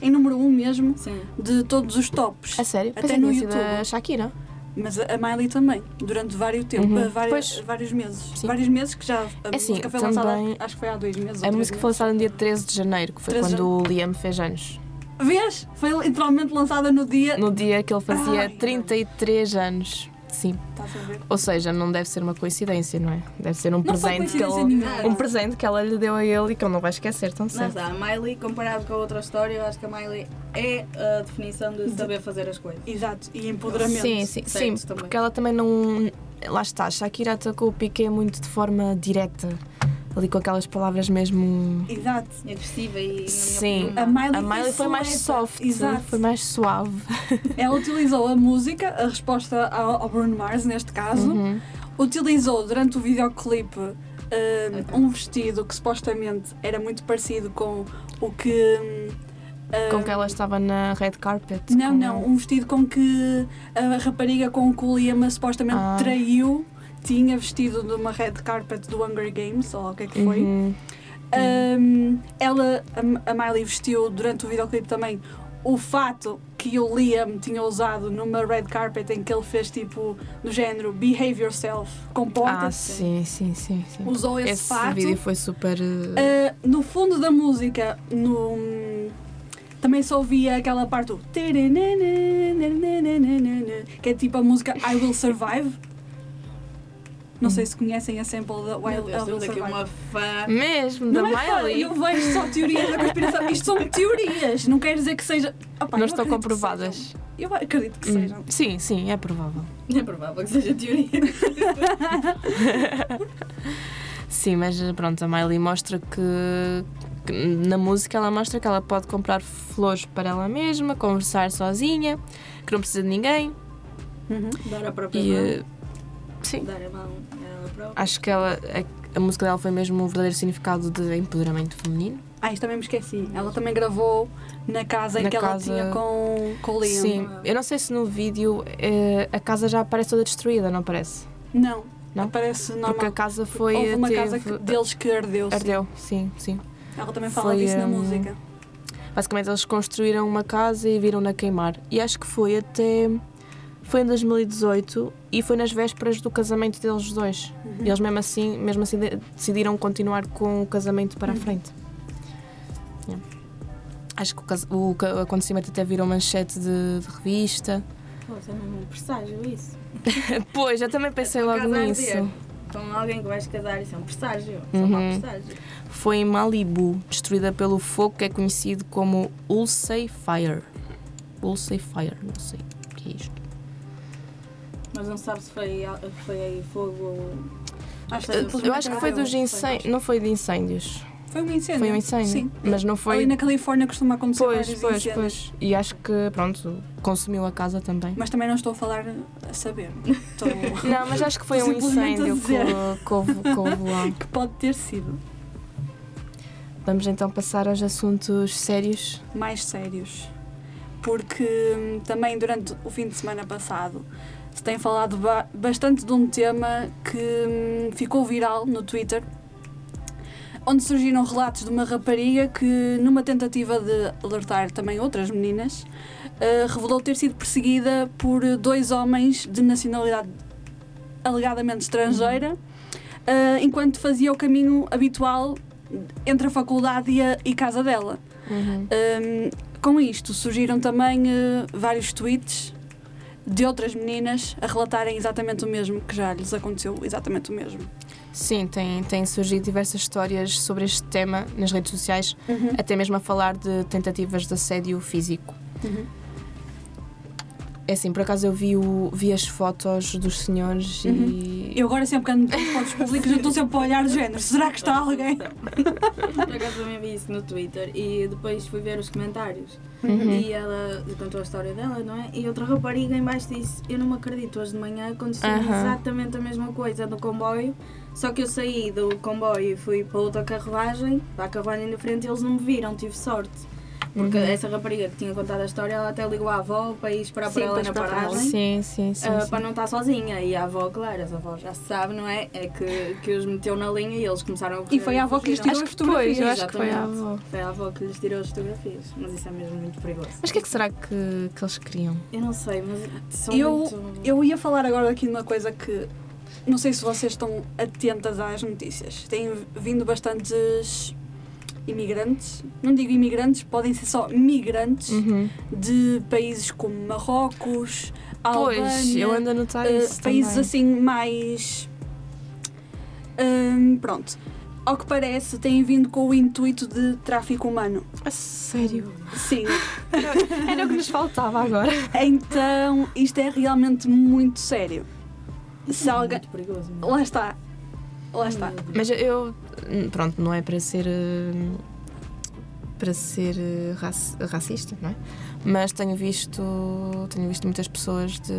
Speaker 1: em número um mesmo,
Speaker 3: Sim.
Speaker 1: de todos os tops.
Speaker 2: A sério?
Speaker 1: até
Speaker 2: Pensei
Speaker 1: no
Speaker 2: que tinha sido a
Speaker 1: YouTube.
Speaker 2: Shakira.
Speaker 1: Mas a a Miley também, durante vários tempo,
Speaker 2: Uhum.
Speaker 1: ah, vari-
Speaker 2: Pois.
Speaker 1: vários meses.
Speaker 2: Sim.
Speaker 1: Vários meses que já a
Speaker 2: assim,
Speaker 1: música foi lançada,
Speaker 2: também-
Speaker 1: acho que foi há dois meses. ou
Speaker 2: A
Speaker 1: três
Speaker 2: música foi
Speaker 1: meses.
Speaker 2: lançada no dia 13 de janeiro, que foi
Speaker 1: 13 de
Speaker 2: quando o Liam fez anos.
Speaker 1: Vês? Foi literalmente lançada no dia.
Speaker 2: No dia que ele fazia
Speaker 1: Uh, Ai,
Speaker 2: 33 anos. Sim.
Speaker 1: Estás a ver?
Speaker 2: Ou seja, não deve ser uma coincidência, não é? Deve ser um
Speaker 1: Não foi
Speaker 2: presente que
Speaker 1: coincidência
Speaker 2: ele.
Speaker 1: nenhuma.
Speaker 2: Um presente que ela lhe deu a ele e que ele não vai esquecer tão
Speaker 3: Lá
Speaker 2: cedo.
Speaker 3: está, a Miley, comparado com a outra história, eu acho que a Miley é a definição de saber fazer as coisas.
Speaker 1: Exato, e empoderamento.
Speaker 2: Sim, sim, sim,
Speaker 3: Certo, também.
Speaker 2: porque ela também não. Lá está, Shakira atacou o Piqué muito de forma direta, ali com aquelas palavras mesmo.
Speaker 1: Exato.
Speaker 3: É Agressiva e, na minha
Speaker 2: Sim.
Speaker 3: opinião,
Speaker 1: A Miley,
Speaker 2: Hum. A Miley foi mais
Speaker 1: seleta.
Speaker 2: soft,
Speaker 1: É Exato.
Speaker 2: foi mais suave.
Speaker 1: Ela utilizou a música, a resposta ao, ao Bruno Mars, neste caso.
Speaker 2: Uhum.
Speaker 1: Utilizou durante o videoclipe hum, um, um vestido que supostamente era muito parecido com o que. hum,
Speaker 2: Com
Speaker 1: hum,
Speaker 2: que ela estava na red carpet.
Speaker 1: Não,
Speaker 2: com-
Speaker 1: não, um vestido com que a rapariga com que o Liam supostamente
Speaker 2: Ah.
Speaker 1: traiu tinha vestido de uma red carpet do Hunger Games, ou o que é que foi.
Speaker 2: Uhum.
Speaker 1: Um, ela, a- a Miley vestiu durante o videoclipe também o fato que o Liam tinha usado numa red carpet em que ele fez tipo do género behave yourself,
Speaker 2: Ah,
Speaker 1: comporta-se.
Speaker 2: sim, sim, sim. sim.
Speaker 1: Usou esse,
Speaker 2: Esse
Speaker 1: fato.
Speaker 2: vídeo foi super. eh,
Speaker 1: Uh, no fundo da música, no, também se ouvia aquela parte do que é tipo a música I Will Survive. Não sei se conhecem a sample da I,
Speaker 2: é
Speaker 3: Meu
Speaker 1: I
Speaker 3: Deus,
Speaker 1: Will
Speaker 3: temos aqui
Speaker 1: Survive.
Speaker 3: uma fã.
Speaker 2: eh,
Speaker 3: [laughs]
Speaker 2: Mesmo, da
Speaker 1: Não é fã,
Speaker 2: Miley.
Speaker 1: eu vejo só teorias da conspiração. Isto são teorias, não quer dizer que seja. Opa,
Speaker 2: não
Speaker 1: eu acredito
Speaker 2: estão
Speaker 1: que
Speaker 2: comprovadas.
Speaker 1: sejam. Eu acredito que
Speaker 2: Hum,
Speaker 1: sejam.
Speaker 2: Sim, sim, é provável.
Speaker 3: É provável que seja teoria.
Speaker 2: [laughs] Sim, mas pronto, a Miley mostra que, que na música ela mostra que ela pode comprar flores para ela mesma, conversar sozinha, que não precisa de ninguém.
Speaker 1: Uhum.
Speaker 3: Dar a própria
Speaker 2: E,
Speaker 3: mão.
Speaker 2: eh, sim,
Speaker 3: Dar a mão a ela própria.
Speaker 2: acho que ela, a, a música dela foi mesmo um verdadeiro significado de empoderamento feminino.
Speaker 1: Ah, isto também me esqueci. Ela também gravou na casa em
Speaker 2: Na
Speaker 1: que
Speaker 2: casa-
Speaker 1: ela tinha com, com o Liam.
Speaker 2: Sim,
Speaker 3: é?
Speaker 2: eu não sei se no vídeo eh, a casa já aparece toda destruída, não parece?
Speaker 1: Não,
Speaker 2: Não?
Speaker 1: aparece normal.
Speaker 2: Porque a casa foi. eh,
Speaker 1: Houve uma
Speaker 2: teve-
Speaker 1: casa que- deles que ardeu. sim.
Speaker 2: Ardeu, sim, sim.
Speaker 1: Ela também fala
Speaker 2: Foi,
Speaker 1: disso na
Speaker 2: hum,
Speaker 1: música.
Speaker 2: Basicamente eles construíram uma casa e viram-na queimar. E acho que foi até. Foi em 2018 e foi nas vésperas do casamento deles dois. E eles mesmo assim, mesmo assim de- decidiram continuar com o casamento para a frente. Yeah. Acho que o, cas- o ca- o acontecimento até virou manchete de, de revista.
Speaker 3: Pô, isso é mesmo um presságio isso.
Speaker 2: Pois, eu também pensei logo
Speaker 3: Casar
Speaker 2: nisso.
Speaker 3: dizer, Com alguém que vais casar, isso é um presságio. Isso é um mau
Speaker 2: Uhum.
Speaker 3: presságio.
Speaker 2: Foi em Malibu, destruída pelo fogo que é conhecido como Ulsey Fire. Ulsey Fire, não sei o que é isto.
Speaker 3: Mas não sabe se foi, foi aí fogo.
Speaker 1: Acho
Speaker 3: Eu-
Speaker 1: simplesmente
Speaker 2: Eu acho que foi
Speaker 1: ardeu.
Speaker 2: dos incêndios. Não foi de incêndios.
Speaker 1: Foi um incêndio.
Speaker 2: Foi um incêndio.
Speaker 1: Sim.
Speaker 2: Mas não
Speaker 1: Ali
Speaker 2: foi.
Speaker 1: na Califórnia costuma acontecer
Speaker 2: Pois,
Speaker 1: vários
Speaker 2: pois,
Speaker 1: incêndios.
Speaker 2: pois. E acho que, pronto, consumiu a casa também.
Speaker 1: Mas também não estou a falar a saber.
Speaker 2: [laughs]
Speaker 1: Estou...
Speaker 2: Não, mas acho que foi um
Speaker 1: Simplesmente a
Speaker 2: incêndio
Speaker 1: dizer.
Speaker 2: que, que houve que houve lá.
Speaker 1: que pode ter sido.
Speaker 2: Vamos então passar aos assuntos sérios.
Speaker 1: mais sérios. Porque hum, também durante o fim de semana passado se tem falado ba- bastante de um tema que hum, ficou viral no Twitter, onde surgiram relatos de uma rapariga que, numa tentativa de alertar também outras meninas, eh, revelou ter sido perseguida por dois homens de nacionalidade alegadamente estrangeira, eh, enquanto fazia o caminho habitual entre a faculdade e a e casa dela. Hum, com isto surgiram também eh, vários tweets de outras meninas a relatarem exatamente o mesmo, que já lhes aconteceu exatamente o mesmo.
Speaker 2: Sim, têm tem surgido diversas histórias sobre este tema nas redes sociais,
Speaker 1: Uhum.
Speaker 2: até mesmo a falar de tentativas de assédio físico.
Speaker 1: Uhum.
Speaker 2: É assim, por acaso eu vi, o, vi as fotos dos senhores e.
Speaker 1: Uhum. Eu agora sempre que ando em transportes públicos eu estou sempre a olhar do género, será que está é alguém?
Speaker 3: Por acaso também vi isso no Twitter e depois fui ver os comentários.
Speaker 2: Uhum.
Speaker 3: E ela contou a história dela, não é? E outra rapariga em baixo disse: Eu não me acredito, hoje de manhã aconteceu
Speaker 2: Aham.
Speaker 3: exatamente a mesma coisa no comboio, só que eu saí do comboio e fui para outra carruagem, para a carruagem da frente, e eles não me viram, tive sorte. Porque essa rapariga que tinha contado a história, ela até ligou à avó para ir esperar
Speaker 1: Sim,
Speaker 3: para ela
Speaker 1: para
Speaker 3: na
Speaker 1: esperar por ela.
Speaker 2: Sim,
Speaker 3: paragem.
Speaker 2: sim, sim.
Speaker 3: Ah,
Speaker 2: sim.
Speaker 3: para não estar sozinha. E a avó, claro, a avó já se sabe, não é? É que, que os meteu na linha e eles começaram a
Speaker 1: E
Speaker 3: correr
Speaker 1: foi a avó que lhes
Speaker 3: fugiram.
Speaker 1: tirou
Speaker 2: Acho
Speaker 1: as
Speaker 2: que foi,
Speaker 1: fotografias.
Speaker 2: eu acho que foi a
Speaker 3: Exatamente.
Speaker 2: avó.
Speaker 3: Foi a avó que lhes tirou as fotografias. Mas isso é mesmo muito perigoso.
Speaker 2: Mas o que é que será que, que eles queriam?
Speaker 3: Eu não sei, mas são
Speaker 1: Eu,
Speaker 3: muito...
Speaker 1: eu ia falar agora aqui de uma coisa que não sei se vocês estão atentas às notícias. Têm vindo bastantes imigrantes, não digo imigrantes, podem ser só migrantes
Speaker 2: Hum.
Speaker 1: de países como Marrocos, Albânia,
Speaker 2: Pois, eu ando a notar
Speaker 1: eh,
Speaker 2: Ah, isso.
Speaker 1: países
Speaker 2: também.
Speaker 1: assim mais hum, pronto. Ao que parece, têm vindo com o intuito de tráfico humano.
Speaker 2: A
Speaker 3: [laughs]
Speaker 2: sério.
Speaker 1: Sim.
Speaker 2: Era o que nos faltava agora.
Speaker 1: [laughs] Então, isto é realmente muito sério. Se
Speaker 3: É
Speaker 1: alguém,
Speaker 3: muito perigoso. não é?
Speaker 1: Lá está. Lá está.
Speaker 2: Mas eu. Pronto, não é para ser. hum, Para ser eh, raci- racista, não é? Mas tenho visto. Tenho visto muitas pessoas de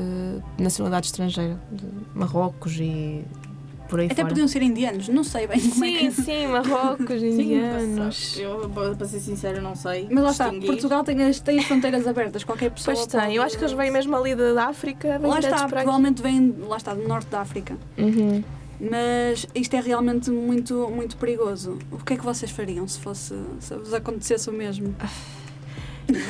Speaker 2: nacionalidade estrangeira, de Marrocos e por aí
Speaker 1: Até
Speaker 2: fora.
Speaker 1: podiam ser indianos, não sei bem como é que.
Speaker 2: Sim, sim, [laughs] Marrocos,
Speaker 3: Sim, nunca se
Speaker 2: indianos.
Speaker 3: sabe. Eu, para ser sincera, não sei.
Speaker 1: [laughs] Mas lá está,
Speaker 3: distinguir.
Speaker 1: Portugal tem as, tem as fronteiras abertas, qualquer pessoa.
Speaker 2: Pois tem, eu
Speaker 1: pode-
Speaker 2: acho que eles vêm mesmo ali da da África, vêm
Speaker 1: Lá está,
Speaker 2: diretos para aqui.
Speaker 1: provavelmente vêm, lá está, do norte da África.
Speaker 2: Uhum.
Speaker 1: Mas isto é realmente muito, muito perigoso. O que é que vocês fariam se fosse, se vos acontecesse o mesmo?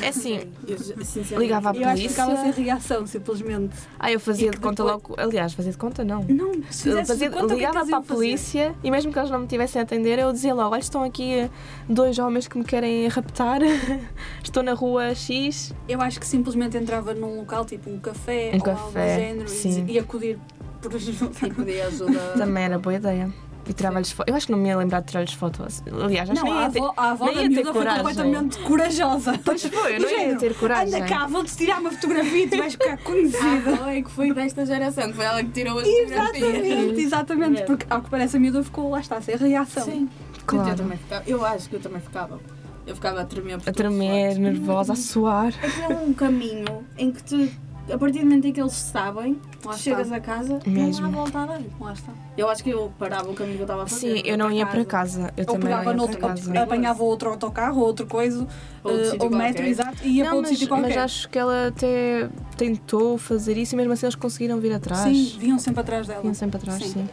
Speaker 2: É assim,
Speaker 3: Eu, sinceramente,
Speaker 2: ligava à
Speaker 1: eu acho que
Speaker 2: polícia.
Speaker 1: ficava sem reação, simplesmente.
Speaker 2: ah, eu fazia
Speaker 1: E que
Speaker 2: de conta
Speaker 1: depois-
Speaker 2: logo. Aliás, fazia de conta não.
Speaker 1: Não, se
Speaker 2: Eu
Speaker 1: fizesse
Speaker 2: fazia,
Speaker 1: conta, o que é que
Speaker 2: ligava
Speaker 1: eles
Speaker 2: para
Speaker 1: iam
Speaker 2: a
Speaker 1: fazer?
Speaker 2: polícia e mesmo que eles não me tivessem a atender, eu dizia logo: Olha, estão aqui eh, dois homens que me querem raptar, [laughs] estou na rua X.
Speaker 1: Eu acho que simplesmente entrava num local tipo um café
Speaker 2: Um
Speaker 1: ou algo do
Speaker 2: café,
Speaker 1: género e-
Speaker 2: sim.
Speaker 1: e acudir por um
Speaker 3: E pedir
Speaker 1: [laughs]
Speaker 3: ajuda.
Speaker 2: Também era boa ideia. E tirar-lhes foto. Eu acho que não me ia lembrar de tirar-lhes fotos. Aliás, acho que
Speaker 1: Não, ah,
Speaker 2: nem
Speaker 1: a
Speaker 2: ia ter.
Speaker 1: avó, a avó
Speaker 2: nem
Speaker 1: da
Speaker 2: ia ter
Speaker 1: miúda foi
Speaker 2: coragem.
Speaker 1: completamente corajosa.
Speaker 2: Pois [laughs] foi, eu não
Speaker 1: Do
Speaker 2: ia
Speaker 1: género,
Speaker 2: ter coragem.
Speaker 1: Anda cá, vou-te tirar uma fotografia e tu vais ficar
Speaker 3: A
Speaker 1: conhecida.
Speaker 3: avó é que foi desta geração, que foi ela que tirou as fotografias.
Speaker 1: Exatamente, exatamente, porque ao que parece a miúda ficou lá está, sem reação.
Speaker 3: Sim.
Speaker 4: Eu,
Speaker 2: Claro.
Speaker 4: também ficava, eu acho que eu também ficava. Eu ficava a tremer. por
Speaker 2: A
Speaker 4: todos os
Speaker 2: tremer,
Speaker 4: lados.
Speaker 2: nervosa, a suar.
Speaker 3: Aquilo é um caminho em que tu, a partir do momento em que eles sabem, tu
Speaker 1: Lá
Speaker 3: chegas a casa,
Speaker 2: Mesmo.
Speaker 3: não há volta a dar.
Speaker 1: Lá está.
Speaker 4: Eu acho que eu parava o caminho que eu estava a fazer.
Speaker 2: Sim, eu não ia para casa. Eu
Speaker 1: Ou
Speaker 2: também não
Speaker 1: pegava
Speaker 2: ia né?
Speaker 1: noutro,
Speaker 2: para casa.
Speaker 1: ou apanhava outro autocarro, ou outra coisa,
Speaker 4: Ou outro
Speaker 1: eh,
Speaker 4: sítio
Speaker 1: ou metro,
Speaker 4: qualquer.
Speaker 1: exato, e ia para
Speaker 2: Não,
Speaker 1: outro
Speaker 2: mas,
Speaker 1: sítio
Speaker 2: mas
Speaker 1: qualquer.
Speaker 2: acho que ela até tentou fazer isso e mesmo assim eles conseguiram vir atrás.
Speaker 1: Sim, vinham sempre atrás dela.
Speaker 2: Vinham sempre atrás, sim.
Speaker 1: Sim.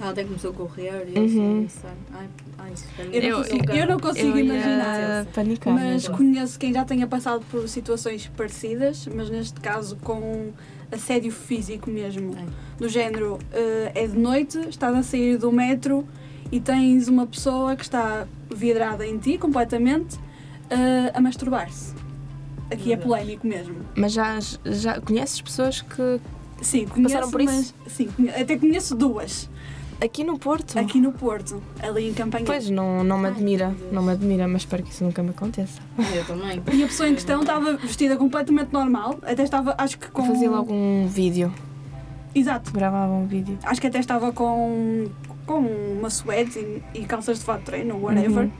Speaker 3: Ah,
Speaker 4: Ela até começou a correr e eu
Speaker 2: Uhum.
Speaker 4: assim, ai, ai, isso para mim
Speaker 1: Eu, não
Speaker 2: Eu-
Speaker 1: consigo-
Speaker 3: [laughs]
Speaker 1: eu não consigo
Speaker 2: Eu ia
Speaker 1: imaginar.
Speaker 2: panicar.
Speaker 1: Mas conheço quem já tenha passado por situações parecidas, mas neste caso com assédio físico mesmo.
Speaker 4: Ai.
Speaker 1: Do género, eh, é de noite, estás a sair do metro e tens uma pessoa que está vidrada em ti completamente eh, a masturbar-se. Aqui
Speaker 4: Meu
Speaker 1: é
Speaker 4: Deus.
Speaker 1: polémico mesmo.
Speaker 2: Mas já, já conheces pessoas que
Speaker 1: Sim, conheço,
Speaker 2: Passaram por isso?
Speaker 1: mas- sim, conhe- até conheço duas.
Speaker 2: aqui no Porto.
Speaker 1: Aqui no Porto, ali em Campanha.
Speaker 2: Pois não, não me
Speaker 4: Ai,
Speaker 2: admira,
Speaker 4: meu Deus.
Speaker 2: não me admira, mas espero que isso nunca me aconteça.
Speaker 4: Eu também.
Speaker 1: E a pessoa em questão estava vestida completamente normal, até estava, acho que com.
Speaker 2: Fazia logo um vídeo,
Speaker 1: Exato.
Speaker 2: gravava um vídeo.
Speaker 1: Acho que até estava com, com uma suéte e, e calças de fato de treino, whatever.
Speaker 2: Uhum.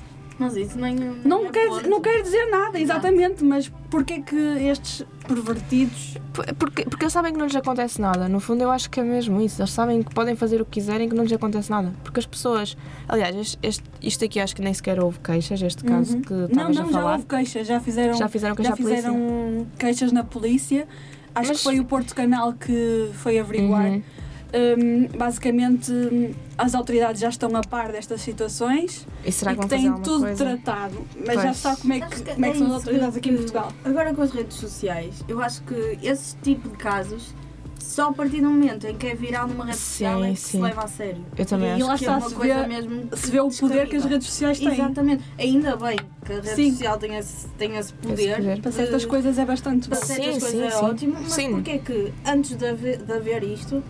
Speaker 4: Mas isso nem.
Speaker 1: Não,
Speaker 4: é
Speaker 1: quer,
Speaker 4: ponto.
Speaker 1: não quer dizer nada,
Speaker 4: Exato.
Speaker 1: exatamente, mas porquê que estes pervertidos.
Speaker 2: P- Porque, porque eles sabem que não lhes acontece nada. No fundo, eu acho que é mesmo isso. Eles sabem que podem fazer o que quiserem, que não lhes acontece nada. Porque as pessoas. Aliás, este, este- isto aqui acho que nem sequer houve queixas, este caso
Speaker 1: Uhum.
Speaker 2: que
Speaker 1: Não,
Speaker 2: estavas
Speaker 1: não,
Speaker 2: a
Speaker 1: já
Speaker 2: falar.
Speaker 1: houve queixas, já fizeram,
Speaker 2: já fizeram queixa
Speaker 1: já fizeram um
Speaker 2: à polícia.
Speaker 1: queixas na polícia. Acho
Speaker 2: Mas-
Speaker 1: que foi o Porto Canal que foi averiguar.
Speaker 2: Uhum.
Speaker 1: Hum, basicamente, hum, as autoridades já estão a par destas situações
Speaker 2: E será
Speaker 1: e
Speaker 2: que
Speaker 1: que
Speaker 2: vão fazer
Speaker 1: têm
Speaker 2: alguma
Speaker 1: tudo
Speaker 2: coisa?
Speaker 1: tratado, mas já
Speaker 2: Pois.
Speaker 1: sabe como é que,
Speaker 4: Acho que
Speaker 1: como é que são as
Speaker 4: isso
Speaker 1: autoridades aqui em
Speaker 4: que-
Speaker 1: Portugal.
Speaker 3: Agora com as redes sociais, eu acho que esse tipo de casos, só a partir do momento em que é viral numa rede social
Speaker 2: Sim,
Speaker 3: é que
Speaker 2: sim.
Speaker 3: se leva a sério.
Speaker 2: Eu também
Speaker 1: E
Speaker 2: acho.
Speaker 1: lá
Speaker 3: que
Speaker 1: está,
Speaker 3: é uma
Speaker 1: se
Speaker 3: coisa
Speaker 1: vê-
Speaker 3: mesmo
Speaker 1: Se vê o poder que as
Speaker 3: descabida.
Speaker 1: redes sociais têm.
Speaker 3: Exatamente. Ainda bem que a rede
Speaker 1: Sim.
Speaker 3: social tem esse, tem esse
Speaker 2: Esse
Speaker 3: poder.
Speaker 2: poder.
Speaker 1: Para certas
Speaker 3: de-
Speaker 1: coisas é bastante bom.
Speaker 3: Para certas
Speaker 2: Sim,
Speaker 3: coisas
Speaker 2: sim,
Speaker 3: é
Speaker 2: sim.
Speaker 3: ótimo, mas
Speaker 2: Sim.
Speaker 3: porque é que antes de haver, de haver isto,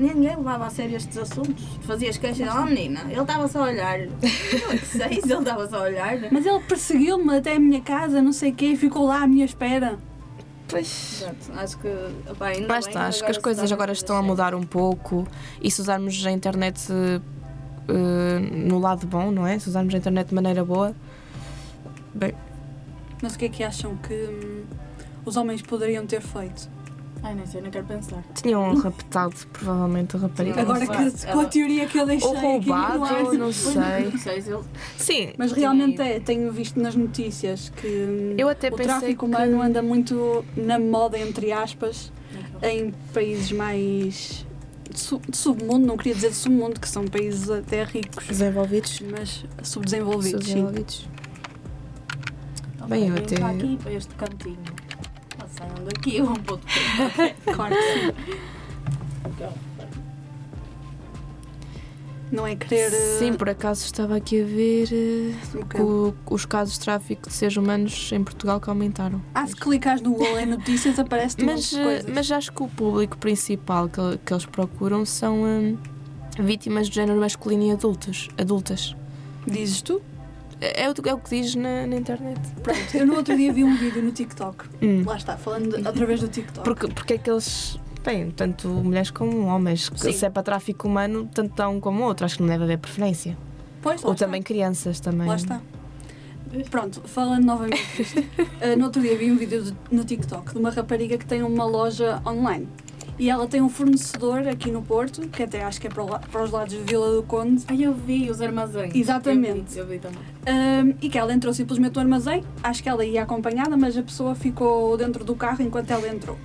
Speaker 3: ninguém levava a sério estes assuntos? Tu fazias queixa, oh menina, ele estava só a
Speaker 2: [laughs]
Speaker 3: olhar. Eu é que sei se ele estava só a olhar.
Speaker 1: Mas ele perseguiu-me até a minha casa, não sei o quê, e ficou lá à minha espera.
Speaker 2: Pois.
Speaker 3: Portanto, acho que. Pá, ainda
Speaker 2: Lá
Speaker 3: bem
Speaker 2: está, acho que
Speaker 3: agora
Speaker 2: as coisas
Speaker 3: se torna
Speaker 2: agora
Speaker 3: as
Speaker 2: estão a
Speaker 1: assim.
Speaker 3: coisas
Speaker 2: mudar um pouco e se usarmos a internet eh, eh, no lado bom, não é? Se usarmos a internet de maneira boa. Bem,
Speaker 1: Mas o que é que acham que hum, os homens poderiam ter feito?
Speaker 4: Ai, nem sei, não quero pensar.
Speaker 1: [laughs]
Speaker 2: tinham raptado provavelmente a rapariga.
Speaker 1: Agora que, com a teérica que eu deixei
Speaker 2: Ou
Speaker 1: aqui no ar.
Speaker 2: roubado, não
Speaker 4: Pois não,
Speaker 2: sei.
Speaker 4: não sei se ele.
Speaker 2: Sim,
Speaker 1: Mas realmente é, tenho visto nas notícias que hum,
Speaker 2: eu até
Speaker 1: o
Speaker 2: pensei
Speaker 1: tráfico
Speaker 2: que... hum,
Speaker 1: humano anda muito na moda, entre aspas, em países mais de su- de submundo, não queria dizer de submundo, que são países até ricos,
Speaker 2: Desenvolvidos.
Speaker 1: mas subdesenvolvidos. sim.
Speaker 2: Subdesenvolvidos.
Speaker 4: Então,
Speaker 2: Bem, eu
Speaker 4: vem
Speaker 2: até-
Speaker 4: cá aqui para este cantinho. Ah, Saiam daqui, vão
Speaker 2: [laughs]
Speaker 4: para outro
Speaker 1: Claro que sim.
Speaker 2: Então.
Speaker 4: canto.
Speaker 1: Não é querer. eh,
Speaker 2: Sim, por acaso estava aqui a ver eh,
Speaker 1: um
Speaker 2: que
Speaker 1: bocado.
Speaker 2: o- os casos de tráfico de seres humanos em Portugal que aumentaram.
Speaker 1: Ah, se clicares no Google em notícias aparece-te mas,
Speaker 2: Mas, eh,
Speaker 1: coisas.
Speaker 2: mas acho que o público principal que, que eles procuram são hum, vítimas do género masculino e adultos, adultas.
Speaker 1: Dizes tu?
Speaker 2: É, é o, é o que diz na, na internet.
Speaker 1: Pronto, eu no outro dia vi um vídeo no TikTok.
Speaker 2: Hum.
Speaker 1: Lá está, falando de- através do TikTok.
Speaker 2: Porque, porque é que eles. Bem, tanto mulheres como homens. que
Speaker 1: Sim.
Speaker 2: Se é para tráfico humano, tanto dá um como o outro. Acho que não deve haver preferência.
Speaker 1: Pois, lá
Speaker 2: Ou
Speaker 1: está.
Speaker 2: também crianças também.
Speaker 1: Lá está. Pronto, falando novamente disto. eh, no outro dia vi um vídeo de- no TikTok de uma rapariga que tem uma loja online. E ela tem um fornecedor aqui no Porto, que até acho que é para, o la- para os lados de Vila do Conde,
Speaker 4: Ai, eu vi os armazéns.
Speaker 1: Exatamente.
Speaker 4: Eu vi, eu vi também.
Speaker 1: Ahm, ehm, e que ela entrou simplesmente no armazém. Acho que ela ia acompanhada, mas a pessoa ficou dentro do carro enquanto ela entrou.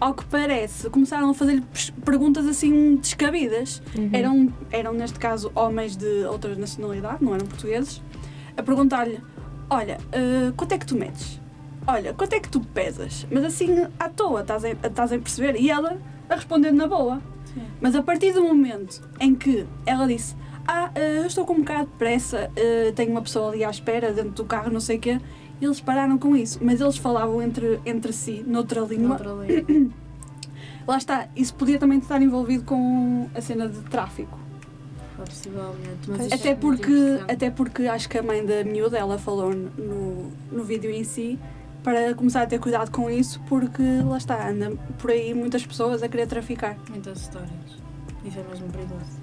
Speaker 1: Ao que parece, começaram a fazer-lhe pes- perguntas assim descabidas.
Speaker 2: Uhum.
Speaker 1: Eram, eram, neste caso, homens de outra nacionalidade, não eram portugueses, a perguntar-lhe: Olha, ah, quanto é que tu medes? Olha, quanto é que tu pesas? Mas assim, à toa, estás a, estás a perceber? E ela a responder na boa.
Speaker 4: Sim.
Speaker 1: Mas a partir do momento em que ela disse: Ah, ah, eu estou com um bocado de pressa, ah, tenho uma pessoa ali à espera, dentro do carro, não sei o quê, eles pararam com isso. Mas eles falavam entre, entre si, noutra língua.
Speaker 4: Outra ali.
Speaker 1: Lá está, isso podia também estar envolvido com a cena de tráfico.
Speaker 4: Possivelmente. Mas isto
Speaker 1: Até
Speaker 4: é muito
Speaker 1: porque,
Speaker 4: interessante.
Speaker 1: até porque acho que a mãe da miúda, ela falou no, no vídeo em si, para começar a ter cuidado com isso, porque lá está, anda por aí muitas pessoas a querer traficar.
Speaker 4: Muitas histórias. Isso é mesmo perigoso.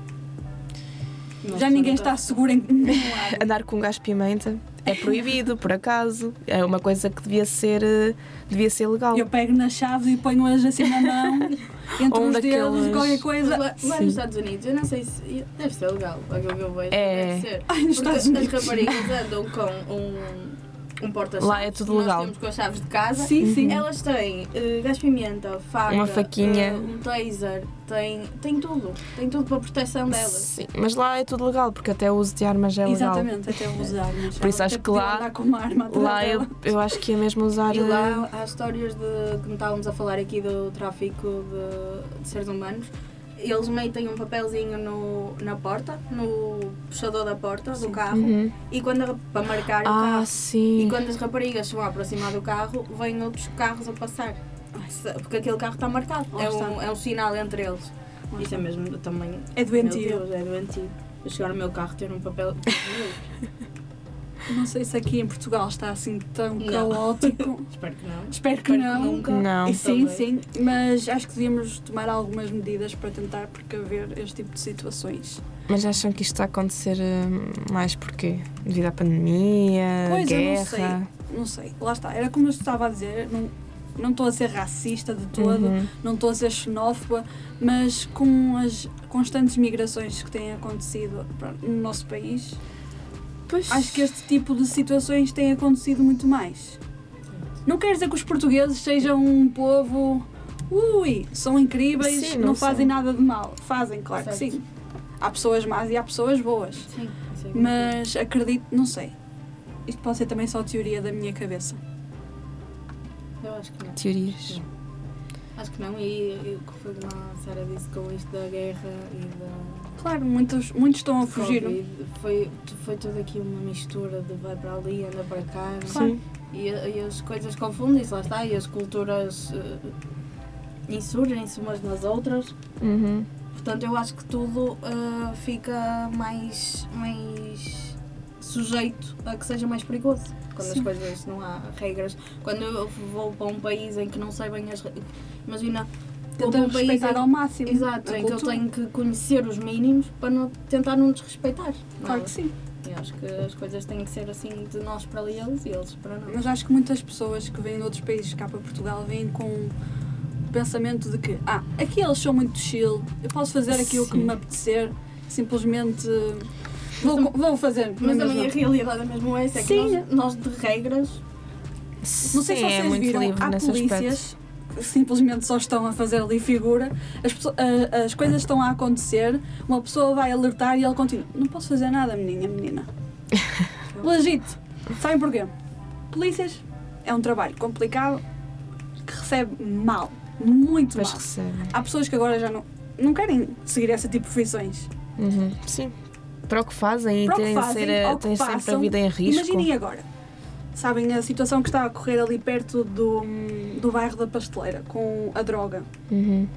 Speaker 1: Já ninguém está seguro em nenhum lado.
Speaker 2: Andar com gás pimenta é proibido, por acaso. É uma coisa que devia ser, eh, devia ser legal.
Speaker 1: Eu pego nas chaves e ponho-as assim na
Speaker 4: [laughs]
Speaker 1: mão, entre
Speaker 2: Ou um
Speaker 1: os dedos,
Speaker 2: daqueles-
Speaker 1: qualquer
Speaker 3: Mas
Speaker 1: coisa.
Speaker 3: lá, lá nos Estados Unidos, eu não sei se. Deve ser legal, logo que eu vejo.
Speaker 2: É.
Speaker 3: Deve ser.
Speaker 1: Ai, nos
Speaker 3: Porque
Speaker 1: Estados
Speaker 3: as
Speaker 1: Unidos.
Speaker 3: raparigas andam com um, um porta-chaves.
Speaker 2: Lá é tudo
Speaker 3: Nós
Speaker 2: legal.
Speaker 3: temos com as chaves de casa.
Speaker 1: Sim,
Speaker 2: Uhum.
Speaker 1: sim.
Speaker 3: Elas têm eh, gás pimenta, faca,
Speaker 2: Uma faquinha.
Speaker 3: eh, um taser, tem, tem tudo. Tem tudo para a proteção delas.
Speaker 2: Sim, mas lá é tudo legal, porque até o uso de armas é legal.
Speaker 1: Exatamente, até
Speaker 4: É.
Speaker 1: usar. mas
Speaker 2: Por isso
Speaker 1: ela
Speaker 2: acho
Speaker 1: até
Speaker 2: que
Speaker 1: podia
Speaker 2: lá-
Speaker 1: andar com uma arma atrás
Speaker 2: Lá é eu,
Speaker 1: dela.
Speaker 2: eu acho que ia mesmo usar.
Speaker 3: E
Speaker 2: eh,
Speaker 3: lá há histórias de como estávamos a falar aqui do tráfico de, de seres humanos. Eles metem um papelzinho no, na porta, no puxador da porta do carro,
Speaker 2: Uhum.
Speaker 3: e quando a- para marcar o
Speaker 2: Ah,
Speaker 3: carro. E
Speaker 2: sim.
Speaker 3: quando as raparigas se vão aproximar do carro, vêm outros carros a passar. Se- Porque aquele carro está marcado.
Speaker 1: Lá
Speaker 3: É
Speaker 1: está.
Speaker 3: um, é um sinal entre eles. Isso é mesmo também.
Speaker 1: É
Speaker 3: Meu
Speaker 1: doentio.
Speaker 3: Deus, é doentio. Eu chegar no meu carro ter
Speaker 1: [laughs]
Speaker 3: um papel.
Speaker 1: Não sei se aqui em Portugal está assim tão
Speaker 3: Não.
Speaker 4: [laughs]
Speaker 1: caótico.
Speaker 3: Espero que não.
Speaker 1: Espero que
Speaker 3: Espero
Speaker 1: não.
Speaker 3: que nunca.
Speaker 2: Não.
Speaker 1: E sim,
Speaker 3: Também.
Speaker 1: sim, mas acho que devíamos tomar algumas medidas para tentar precaver este tipo de situações.
Speaker 2: Mas acham que isto está a acontecer eh, mais porquê? Devido à pandemia,
Speaker 1: Pois, eu não sei.
Speaker 2: guerra.
Speaker 1: Não sei, lá está, era como eu estava a dizer, não, não estou a ser racista de todo,
Speaker 2: Uhum.
Speaker 1: não estou a ser xenófoba, mas com as constantes migrações que têm acontecido pronto, no nosso país,
Speaker 2: Pois,
Speaker 1: acho que este tipo de situações tem acontecido muito mais. Não quer dizer que os portugueses sejam um povo. Ui, são incríveis,
Speaker 2: Sim,
Speaker 1: não,
Speaker 2: não
Speaker 1: fazem
Speaker 2: são.
Speaker 1: nada de mal. Fazem, claro que
Speaker 3: Certo.
Speaker 1: sim. Há pessoas más e há pessoas boas.
Speaker 3: Sim, sim.
Speaker 1: Mas acredito, não sei. Isto pode ser também só teoria da minha cabeça.
Speaker 3: Eu acho que não.
Speaker 2: Teorias.
Speaker 3: Acho que não. E e o que foi que a Sara disse com isto da guerra e da.
Speaker 1: Claro, muitos, muitos estão a fugir.
Speaker 3: Covid, Foi, foi toda aqui uma mistura de vai para ali, anda para cá. não
Speaker 1: Claro.
Speaker 2: Sim.
Speaker 3: E, e as coisas confundem-se, lá está, e as culturas eh, insurgem-se umas nas outras.
Speaker 2: Uhum.
Speaker 3: Portanto, eu acho que tudo eh, fica mais, mais sujeito a que seja mais perigoso. Quando
Speaker 1: Sim.
Speaker 3: as coisas não há regras. Quando eu vou para um país em que não sei bem as. re- Imagina, vou para
Speaker 1: Tentam
Speaker 3: um país em
Speaker 1: respeitar ao máximo.
Speaker 3: Exato,
Speaker 1: a
Speaker 3: em que eu
Speaker 1: cultura.
Speaker 3: tenho que conhecer os mínimos para não tentar não desrespeitar.
Speaker 1: Claro que sim.
Speaker 3: Eu acho que as coisas têm que ser assim de nós para eles e eles para nós.
Speaker 1: Mas acho que muitas pessoas que vêm de outros países cá para Portugal vêm com o pensamento de que, ah, aqui eles são muito chill, eu posso fazer aqui o que
Speaker 2: Sim.
Speaker 1: me apetecer, simplesmente vou, vou fazer.
Speaker 3: Mas
Speaker 1: não é
Speaker 3: também a
Speaker 1: mesmo?
Speaker 3: realidade é mesmo essa, é que
Speaker 1: Sim.
Speaker 3: nós, nós de regras
Speaker 1: não sei se
Speaker 2: Sim,
Speaker 1: vocês
Speaker 2: é muito
Speaker 1: viram,
Speaker 2: livre
Speaker 1: há
Speaker 2: nesse aspecto.
Speaker 1: polícias que simplesmente só estão a fazer ali figura, as, pesso- a- as coisas estão a acontecer, uma pessoa vai alertar e ele continua, não posso fazer nada, menina,
Speaker 2: [laughs]
Speaker 1: menina. Legito. Sabem porquê? Polícias é um trabalho complicado que recebe mal, muito
Speaker 2: Mas
Speaker 1: mal.
Speaker 2: recebem.
Speaker 1: Há pessoas que agora já não, não querem seguir esse tipo de profissões.
Speaker 2: Uhum. Sim. Para o que fazem e
Speaker 1: Para o que
Speaker 2: terem,
Speaker 1: fazem,
Speaker 2: ser,
Speaker 1: ao que
Speaker 2: terem sempre a
Speaker 1: passam,
Speaker 2: vida em risco.
Speaker 1: Imaginem agora. Sabem a situação que está a ocorrer ali perto do, do bairro da Pasteleira com a droga.
Speaker 2: Uhum.